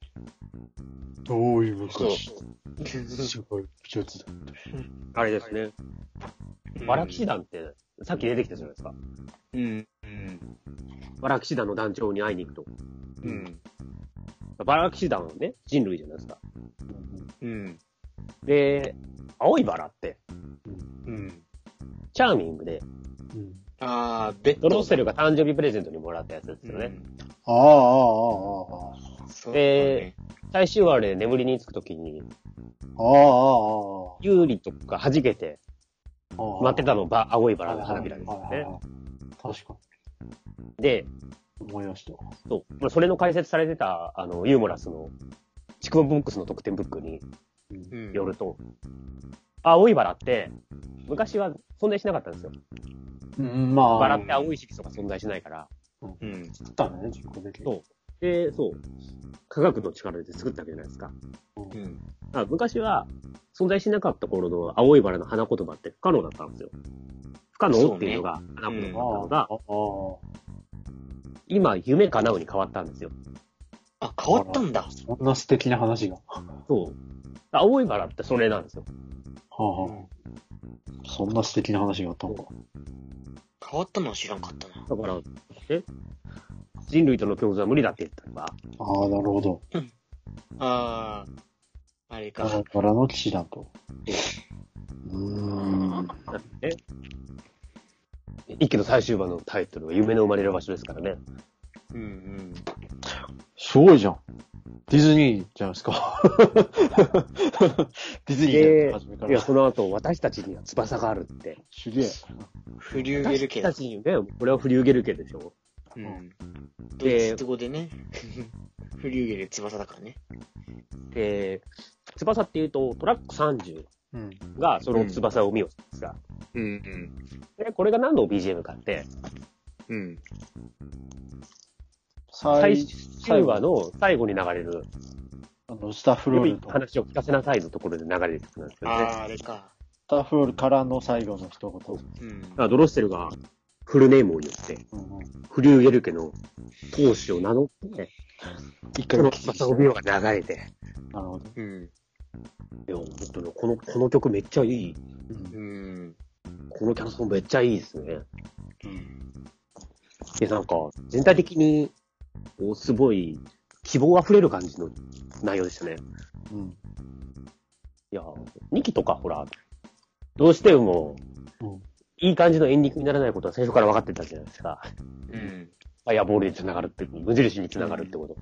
Speaker 3: どういう
Speaker 2: そう。
Speaker 3: すごい上手だ。
Speaker 1: あれですね。バラ騎士団って、さっき出てきたじゃないですか。
Speaker 2: うん。うん。
Speaker 1: バラ騎士団の団長に会いに行く
Speaker 2: うん。
Speaker 1: と。バラ騎士団はね、人類じゃないですか。
Speaker 2: うん。
Speaker 1: で、青いバラって、
Speaker 2: うん。
Speaker 1: チャーミングで、
Speaker 3: うん
Speaker 2: あー、ベッド
Speaker 1: ドロッセルが誕生日プレゼントにもらったやつですよね。
Speaker 3: ああ、ああ、ああ、ああ。
Speaker 2: うん。そうだ
Speaker 1: で
Speaker 2: ね。
Speaker 1: 最終話で眠りにつくときに、
Speaker 3: ああ、
Speaker 1: ユーリとか弾けて、
Speaker 3: ああ。
Speaker 1: 待ってたのば、青いバ
Speaker 3: は
Speaker 1: ラの
Speaker 3: いはいは
Speaker 1: 花
Speaker 3: い
Speaker 1: びらですよ
Speaker 3: はい
Speaker 1: ね
Speaker 3: は。い確か
Speaker 1: で、
Speaker 3: に。思いました。
Speaker 1: そう、まあそれの解説されてた、あの、ユーモラスの、チクボブックスの特典ブックに
Speaker 2: うん
Speaker 1: よると、青いバラって、昔は存在しなかったんですよ。
Speaker 3: うん、まあ。
Speaker 1: バラって青い色素が存在しないから。
Speaker 2: うん。
Speaker 3: 作ったんだね、自己的
Speaker 1: そうで、そう、科学の力で作ったわけじゃないですか。
Speaker 2: うん。
Speaker 1: あ昔は存在しなかった頃の青いバラの花言葉って不可能だったんですよ。不可能っていうのが花言葉だったのが、
Speaker 3: ああ、
Speaker 1: 今夢叶うに変わったんですよ。
Speaker 2: あ、変わったんだ。
Speaker 3: そんな素敵な話が。は
Speaker 1: そう。青いバラってそれなんですよ。
Speaker 3: あ、はあ、そんな素敵な話があったのか。
Speaker 2: 変わったのは知らんかったな。
Speaker 1: だから、え人類との共存は無理だって言ったのが、
Speaker 3: ああ、なるほど。
Speaker 2: あー、あれ
Speaker 3: バラ
Speaker 2: か。
Speaker 3: バラの騎士団と。うーん。
Speaker 1: だってね一期の最終話のタイトルは夢の生まれる場所ですからね。
Speaker 2: うんうん。
Speaker 3: すごいじゃん。ディズニーじゃないですか。 ディズニーだよ
Speaker 1: で
Speaker 3: 初めか、
Speaker 1: いや、
Speaker 3: ら。
Speaker 1: その後、私たちには翼があるって。
Speaker 3: すげえ。
Speaker 2: フリューゲル
Speaker 1: 私
Speaker 2: ケ
Speaker 1: たちにね、これはフリューゲルケでしょ。
Speaker 2: うん。ドイ
Speaker 1: で
Speaker 2: ツ語でね。 フリューゲル翼だからね。
Speaker 1: で、翼っていうと、トラック30
Speaker 3: うん。
Speaker 1: がその翼を見ようんですが、
Speaker 2: うん
Speaker 1: でこれが何の BGM かって、
Speaker 2: うん。うん。
Speaker 1: 最
Speaker 3: 最、
Speaker 1: 終話の最後に流れる、
Speaker 3: あの、スタッフロールと、ス
Speaker 1: 話を聞かせなさいのところで流れる曲なんですけど
Speaker 2: あ
Speaker 1: ね。
Speaker 2: あ、あれか。
Speaker 3: タッフロールからの最後の一言。
Speaker 2: うん。
Speaker 1: あドロッセルがフルネームを言って、
Speaker 3: うんうん
Speaker 1: フリューゲルケの闘志を名乗って、
Speaker 3: 一
Speaker 1: こ
Speaker 3: 回
Speaker 1: の
Speaker 3: お聞きした
Speaker 1: 翼を見ようが流れて。
Speaker 3: なるほど。
Speaker 2: うん。
Speaker 1: いや、本当にこの、この曲めっちゃいい。
Speaker 3: うん
Speaker 2: うん。
Speaker 1: このキャラソンめっちゃいいですね。
Speaker 2: うん。
Speaker 1: で、なんか、全体的に、こうすごい、希望溢れる感じの内容でしたね。
Speaker 3: うん。
Speaker 1: いや、2期とかほら、どうしても
Speaker 3: うん、
Speaker 1: いい感じのエンディングにならないことは最初から分かってたじゃないですか。
Speaker 2: うん。
Speaker 1: ファイアボールに繋がるって、無印に繋がるってこと。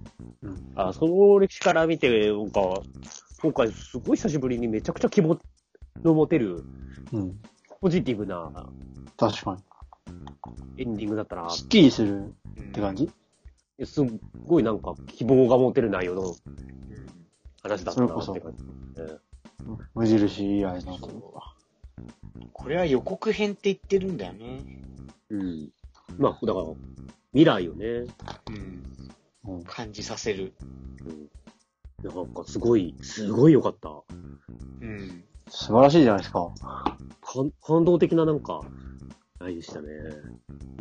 Speaker 3: うん
Speaker 1: あその歴史から見て、なんか、今回すごい久しぶりにめちゃくちゃ希望の持てる、
Speaker 3: うん。
Speaker 1: ポジティブな
Speaker 3: 確かに。
Speaker 1: エンディングだったな。
Speaker 3: すっきりする
Speaker 2: っ
Speaker 3: って感じ
Speaker 1: すっごいなんか希望が持てる内容の
Speaker 2: うん
Speaker 1: 話だったなって
Speaker 3: それ
Speaker 1: 感じ。うん
Speaker 3: 無印以外のというか。
Speaker 2: これは予告編って言ってるんだよね。
Speaker 1: うん。まあ、だから、未来をね、
Speaker 2: うん。
Speaker 3: うん。
Speaker 2: 感じさせる。
Speaker 1: なんかすごい、すごい良かった。
Speaker 2: うん。
Speaker 3: 素晴らしいじゃないですか。
Speaker 1: 感感動的ななんか、愛でしたね。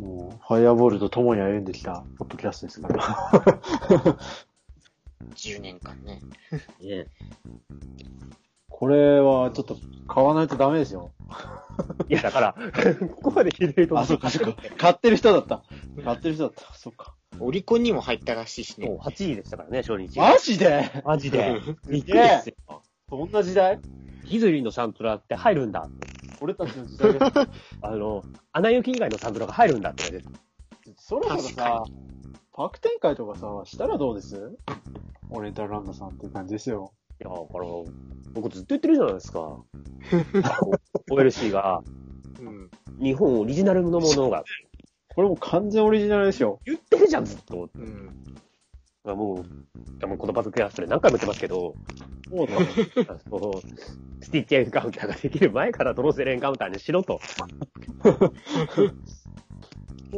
Speaker 3: もう、ファイアボールと共に歩んできた、ポッドキャストですから。
Speaker 2: 10年間ね。
Speaker 1: ね
Speaker 3: これは、ちょっと、買わないとダメですよ。
Speaker 1: いや、だから、 ここまで聞いてると、
Speaker 3: あ、そっか、そっか。買ってる人だった。買ってる人だった。そっか。
Speaker 2: オリコンにも入ったらしいしね
Speaker 1: もう。8位でしたからね、初日。
Speaker 3: マジで
Speaker 1: マジで。びっくりですよ。
Speaker 3: そんな時代
Speaker 1: ヒズリのサントラって入るんだ。
Speaker 3: 俺たちの時 代が。
Speaker 1: あの、アナ雪以外のサントラが入るんだって感じで
Speaker 3: そろそろ
Speaker 2: 確か
Speaker 3: さ、パーク展開とかさ、したらどうですオリエンタルランドさんっていう感じですよ。
Speaker 1: いや、だから、僕ずっと言ってるじゃないですか。OLC が、
Speaker 2: うん
Speaker 1: 日本オリジナルのものが、
Speaker 3: これもう完全オリジナルですよ。
Speaker 1: 言ってるじゃん、ずっと。
Speaker 2: うん。
Speaker 1: あもう、あもうこのバズクラスで何回も言ってますけど、
Speaker 3: もうだ。
Speaker 1: あのスティッチエンカウンターができる前からドロセルエンカウンターにしろと。
Speaker 3: そ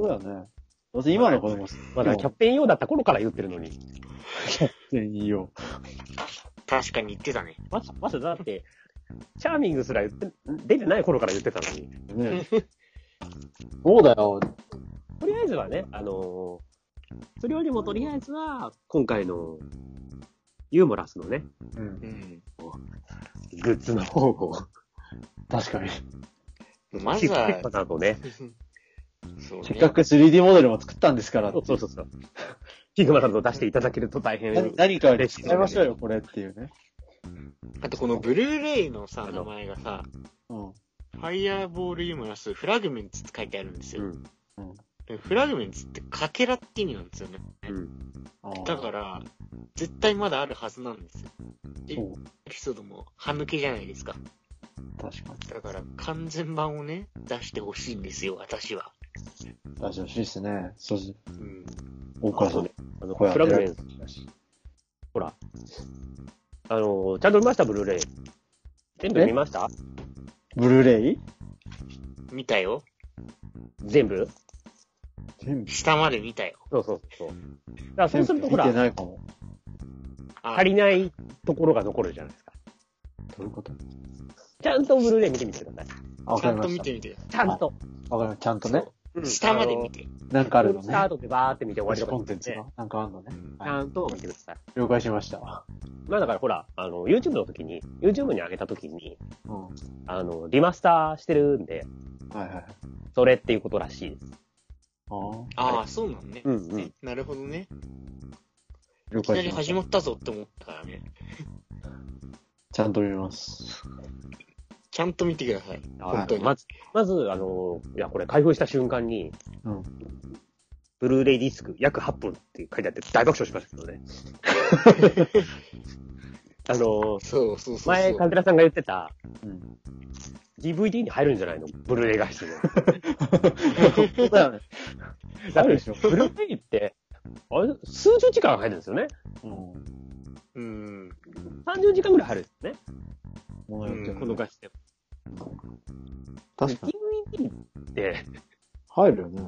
Speaker 3: うだよね。どうせ今の子供、
Speaker 1: まだキャプテン用だった頃から言ってるのに。
Speaker 3: 全員いいよ。
Speaker 2: 確かに言ってたね。
Speaker 1: まさ、まさだって、チャーミングすら言って、出てない頃から言ってたのに。
Speaker 3: ね、 そうだよ。
Speaker 1: とりあえずはね、あのーそれよりもとりあえずは、今回の、ユーモラスのね、
Speaker 3: うん。
Speaker 2: うん。
Speaker 1: グッズの方を、
Speaker 3: 確かに。
Speaker 2: まずは、
Speaker 1: だとね、
Speaker 2: そうね。
Speaker 3: せっかく 3D モデルも作ったんですから
Speaker 1: そ。うそうそうそう。ピグマさんと出していただけると大変。
Speaker 3: 何何か使いましょうよ、これっていうね。
Speaker 2: あとこのブルーレイのさ、
Speaker 1: あ
Speaker 2: 名
Speaker 1: の
Speaker 2: 前がさ、
Speaker 3: うん。
Speaker 2: ファイヤーボールユーモラス、フラグメンツって書いてあるんです
Speaker 1: う
Speaker 2: よ。
Speaker 1: ん。
Speaker 2: でフラグメンツってかけらって意味なんですよね。
Speaker 1: うん。
Speaker 2: だから、絶対まだあるはずなんですよ。
Speaker 3: らそう、
Speaker 2: エピソードも歯抜けじゃないですか。
Speaker 3: 確か
Speaker 2: だから、完全版をね、出してほしいんですよ、私は。
Speaker 3: に。大丈夫、しいですね。そうし、
Speaker 2: うん。
Speaker 3: 大川さ
Speaker 1: そうんね。。あの、
Speaker 3: これ
Speaker 1: フラグメン
Speaker 3: 狙っ、てたし
Speaker 1: ほら。あのー、ちゃんと見ました、ブルーレイ。全部見ました
Speaker 3: ブルーレイ
Speaker 2: 見たよ。
Speaker 1: 全部
Speaker 3: 全部。
Speaker 2: 下まで見たよ。
Speaker 1: そうそうそう。だからそうするとほ
Speaker 3: 見て
Speaker 1: ら、
Speaker 3: ないかも。
Speaker 2: あ
Speaker 1: 足りないところが残るじゃないですか。
Speaker 3: どういうこと
Speaker 1: ちゃんとブルーレイ見てみてください。
Speaker 3: あわ
Speaker 2: ち
Speaker 3: か
Speaker 2: ゃ
Speaker 3: り
Speaker 2: ん
Speaker 3: ま
Speaker 2: と
Speaker 3: し
Speaker 2: 見
Speaker 3: た。
Speaker 2: てみてくだ
Speaker 1: ちゃんと。
Speaker 3: わかりました。ちゃんとね。
Speaker 1: うん
Speaker 2: さい。下まで見て。
Speaker 3: なんかあるの
Speaker 1: ス
Speaker 3: ね
Speaker 1: タ。ートでバーって見て終わり
Speaker 3: 推
Speaker 1: と
Speaker 3: し
Speaker 1: か
Speaker 3: コ
Speaker 1: に
Speaker 3: ン
Speaker 1: して
Speaker 3: テンツが。なんかあるのね。
Speaker 1: ちゃんと見てください。
Speaker 3: 了解しました。
Speaker 1: まあだからほら、あの、YouTube の時に、YouTube に上げた時に、
Speaker 3: うん。は
Speaker 1: あの、リマスターしてるんで、
Speaker 3: いはいはい。
Speaker 1: それっていうことらしいです。
Speaker 3: ああ、
Speaker 2: ああ、そうなんね。
Speaker 1: んうん。
Speaker 2: なるほどね。
Speaker 3: 了
Speaker 2: いきな
Speaker 3: 解
Speaker 2: り
Speaker 3: しまし
Speaker 2: 始ま
Speaker 3: た。
Speaker 2: ったぞって思ったからね。
Speaker 3: ちゃんと見ます。
Speaker 2: ちゃんと見てください。
Speaker 1: あ
Speaker 2: 本当に
Speaker 1: まず、まず、あの、いや、これ開封した瞬間に、
Speaker 3: うん
Speaker 1: ブルーレイディスク約8分って書いてあって大爆笑しましたけどね。 あの、
Speaker 2: そうそうそうそう。
Speaker 1: 前、カズラさんが言ってた、
Speaker 3: うん。
Speaker 1: DVD に入るんじゃないのブルーレイ画 質で。
Speaker 3: そうだよね。
Speaker 1: だ
Speaker 3: あ
Speaker 1: っ
Speaker 3: るで
Speaker 1: て
Speaker 3: しょ。
Speaker 1: ブルーレイって、あれ、数十時間入るんですよね。
Speaker 3: うん。
Speaker 2: うん。
Speaker 1: 30時間ぐらい入るんですよね。
Speaker 3: 物によって
Speaker 2: うん
Speaker 1: この画質で。
Speaker 3: 確かに。
Speaker 1: DVD って、
Speaker 3: 入るよね。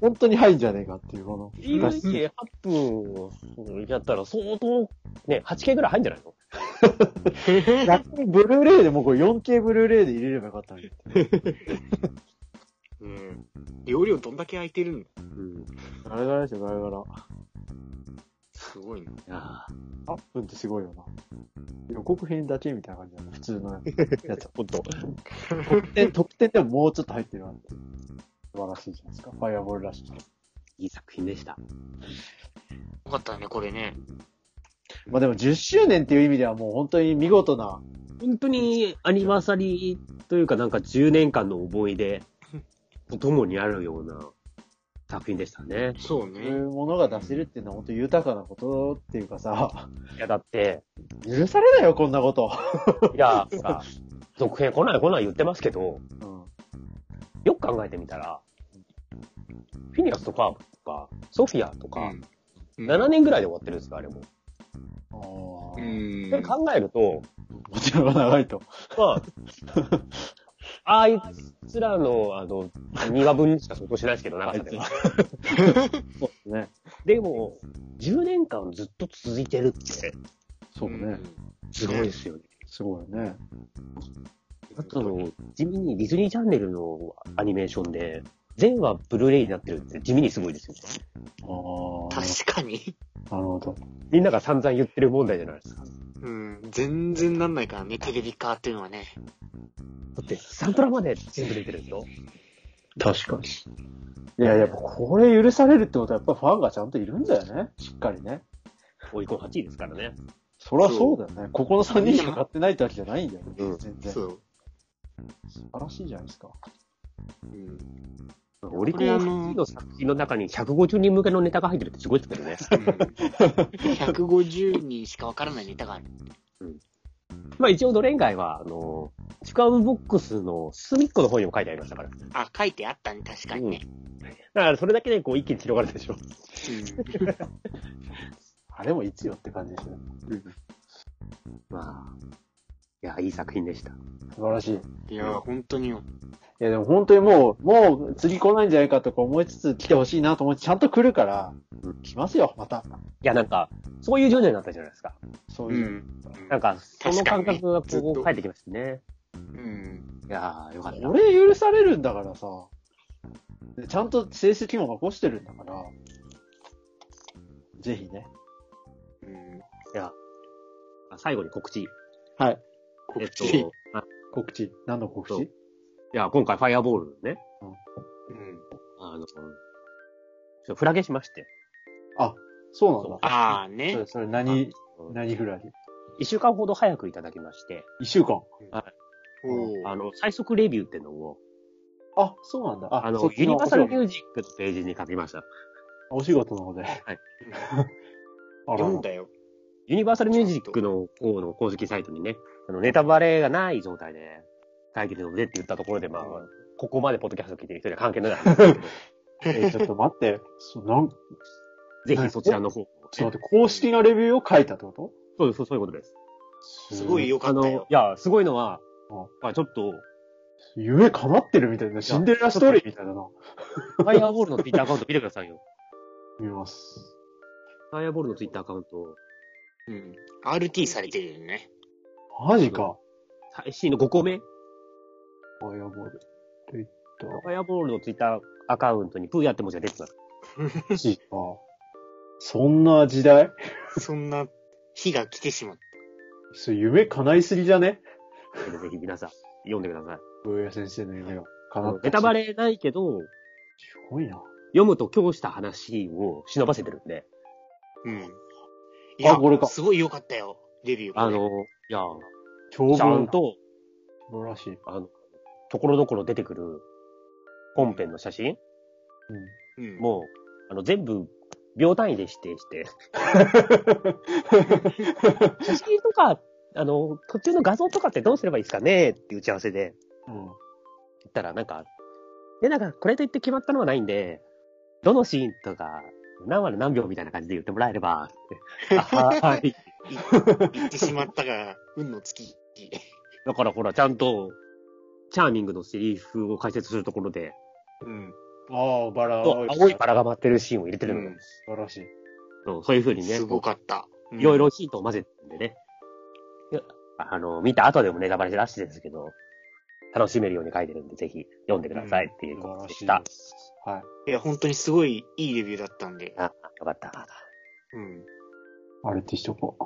Speaker 3: 本当に入んじゃねえかっていう、こ
Speaker 1: DVD で8分をやったら相当、ね、8K ぐらい入るんじゃないの
Speaker 3: の。逆にブルーレイでもうこれ 4K ブルーレイで入れればよかったのに。
Speaker 2: うん。容量どんだけ空いてるの
Speaker 1: うん。
Speaker 3: ガラガラですよ、ガラガラ。
Speaker 2: すごいな。
Speaker 1: ああ、
Speaker 3: 8分ってすごいよな。予告編だけみたいな感じだね。普通のやつ。
Speaker 1: ほんと。
Speaker 3: 特典、特典でももうちょっと入ってるなって。素晴らしいじゃないですか。ファイアボールらしい。
Speaker 1: いい作品でした。
Speaker 2: よかったね、これね。
Speaker 3: まあでも10周年っていう意味ではもう本当に見事な、
Speaker 1: 本当にアニバーサリーというかなんか10年間の思い出とともにあるような作品でしたね。
Speaker 2: そう
Speaker 3: そう
Speaker 2: ね。
Speaker 3: いうものが出せるっていうのは本当に豊かなことっていうかさ、
Speaker 1: いや、だって、
Speaker 3: 許されないよ、こんなこと。
Speaker 1: いや、ほら、続編来ない来ない言ってますけど、
Speaker 3: うん。
Speaker 1: よく考えてみたら、フィニアスとファーブとか、ソフィアと
Speaker 2: う
Speaker 1: か、
Speaker 2: ん。
Speaker 1: 7年ぐらいで終わってるんですよ、あれも。
Speaker 3: あ
Speaker 2: う
Speaker 3: あ。
Speaker 2: ん。
Speaker 1: で考えると、
Speaker 3: もちろん長いと。
Speaker 1: まあ、あ いつらの、あの、2話分にしか相当しないですけど、長さでは。
Speaker 3: そうね。
Speaker 1: でも、10年間ずっと続いてるって、
Speaker 3: そうね。
Speaker 1: すごいですよね。
Speaker 3: すごいね。
Speaker 1: あとあの、地味にディズニーチャンネルのアニメーションで、全話ブルーレイになってるって地味にすごいですよね。
Speaker 3: ああ。
Speaker 2: 確かに。
Speaker 3: なるほど。
Speaker 1: みんなが散々言ってる問題じゃないですか。だ
Speaker 2: うん。全然なんないからね、テレビ化っていうのはね。
Speaker 1: って、サントラまで全部出てるんですよ。
Speaker 3: 確かに。いや、やっぱこれ許されるってことはやっぱファンがちゃんといるんだよね。しっかりね。
Speaker 1: オリコン8位ですからね。
Speaker 3: そりゃそうだよね。ここの3人しか買ってないってわけじゃないんだよね。
Speaker 1: うん
Speaker 3: 全然。素
Speaker 2: そう。
Speaker 3: 晴らしいじゃないですか。
Speaker 2: うん。
Speaker 1: オリコン8位の作品の中に150人向けのネタが入ってるってすごいですけどね。
Speaker 2: 150人しかわからないネタがある。
Speaker 1: まあ一応ドレン街は、あの、チカムボックスの隅っこの方にも書いてありましたから。
Speaker 2: あ、書いてあったね、確かにね。
Speaker 1: だからそれだけでこう一気に広がるでしょ。
Speaker 3: あれもいつよって感じですね。
Speaker 1: まあ。いや、いい作品でした。
Speaker 3: 素晴らしい。い
Speaker 2: うんいやー、本当によ。
Speaker 3: や、でも本当にもう、もう次来ないんじゃないかとか思いつつ来てほしいなと思って、ちゃんと来るから、来ますよ、また。
Speaker 1: いや、なんか、そういうジョニアになったじゃないですか。
Speaker 3: そう
Speaker 2: う
Speaker 3: いう。
Speaker 2: ん。
Speaker 1: なんか、その感覚が
Speaker 2: 確かにね
Speaker 1: こ
Speaker 2: ずっ
Speaker 1: う
Speaker 2: と
Speaker 1: 帰ってきましたね。
Speaker 2: うん。
Speaker 1: いやー、よかった。
Speaker 3: 俺許されるんだからさ、でちゃんと成績も残してるんだから、ぜひね。
Speaker 2: うん。
Speaker 1: 最後に告知。
Speaker 3: はい。
Speaker 1: えっ
Speaker 2: 告
Speaker 1: と、
Speaker 2: 知。
Speaker 1: あ
Speaker 3: 告知。何の告
Speaker 1: そう
Speaker 3: 知
Speaker 1: いや、今回ファイアボールのね、
Speaker 2: うん。
Speaker 1: あの、ちょっとフラゲしまして。
Speaker 3: そうなんだ
Speaker 1: そう。
Speaker 2: あー
Speaker 3: そ
Speaker 2: ね
Speaker 3: れ、。それ何
Speaker 1: う、ん
Speaker 3: 何フラゲ
Speaker 1: 一週間ほど早くいただきまして、
Speaker 3: 一週間。
Speaker 2: お
Speaker 1: あ
Speaker 2: ー
Speaker 1: の、最速レビューってのを、
Speaker 3: あ、そうなんだ。あ、
Speaker 1: あの
Speaker 3: そっ、
Speaker 1: ユ
Speaker 3: ち
Speaker 1: ニ
Speaker 3: の
Speaker 1: バーサル
Speaker 3: お仕
Speaker 1: ミュージックのページに書きました。
Speaker 3: 事お仕事の方で。 あら
Speaker 2: 読んだよ。
Speaker 1: ユニバーサルミュージックの方の公式サイトにね、あのネタバレがない状態で書いてるのでって言ったところで、まあ、ここまでポッドキャスト聞いてる人には関係ない話ですけど、
Speaker 3: え、ちょっと待って。そなんちょ
Speaker 1: ぜひそちらの方を、
Speaker 3: っと待って、公式なレビューを書いたってこ
Speaker 1: そうです、そういうことです。
Speaker 3: と
Speaker 2: すごい。よか
Speaker 1: あ
Speaker 2: った
Speaker 1: の
Speaker 2: よ、。
Speaker 1: いや、すごいのは
Speaker 3: うん、
Speaker 1: まあちょっと、
Speaker 3: 夢叶ってるみたいな、シンデレラストーリーみたいだな。
Speaker 1: ファイアーボールのツイッターアカウント見てくださいよ。
Speaker 3: 見ます。
Speaker 1: ファイアーボールのツイッターアカウント、
Speaker 2: うん。RT されてるよね。
Speaker 3: マジか。
Speaker 1: 最新の5個目
Speaker 3: ファイアボール。えっ
Speaker 1: ファイアーボールのツイッターアカウントにプーヤって文字が出てた。
Speaker 3: と、マジか。そんな時代
Speaker 2: そんな日が来てしまった。
Speaker 3: それ夢叶いすぎじゃね
Speaker 1: それぜひ皆さん、読んでください。
Speaker 3: 上谷先生の夢が叶ってほしい。
Speaker 1: ネタバレないけど、
Speaker 3: すごいな。
Speaker 1: 読むと今日した話を忍ばせてるんで、
Speaker 2: うん。いや、
Speaker 3: あこれか
Speaker 2: すごい良かったよ。レビュー。
Speaker 1: あ、の、いや、
Speaker 3: 長文。
Speaker 1: ちゃんと、
Speaker 3: 素晴らしい。
Speaker 1: あの、ところどころ出てくる本編の写真
Speaker 2: うん。
Speaker 1: もう、あの、全部、秒単位で指定して、写真とか、あの、途中の画像とかってどうすればいいですかねっていう打ち合わせで、
Speaker 3: うん。
Speaker 1: 言ったらなんか、で、なんか、これと言って決まったのはないんで、どのシーンとか、何話の何秒みたいな感じで言ってもらえれ ば、ってあはい。
Speaker 2: 行ってしまったが、運の尽き。
Speaker 1: だからほら、ちゃんと、チャーミングのセリフを解説するところで、
Speaker 2: うん。
Speaker 3: ああ、バラ
Speaker 1: と青いバラが舞ってるシーンを入れてるの
Speaker 2: う
Speaker 1: よ
Speaker 2: ん
Speaker 3: 素晴らしい。
Speaker 1: そうそういう風にね、
Speaker 2: すごかった。
Speaker 1: いろい
Speaker 2: ろ。
Speaker 1: ろヒントを混ぜてんでね。いやあの、見た後でもネタバレらしいですけど、楽しめるように書いてるんで、ぜひ読んでくださいっていう
Speaker 3: 素
Speaker 1: ことでし
Speaker 3: 晴
Speaker 1: た。
Speaker 3: らしいです。はい。
Speaker 2: いや、本当にすごいいいレビューだったんで。
Speaker 1: あ、よかった。
Speaker 2: うん。
Speaker 3: あれってしとこ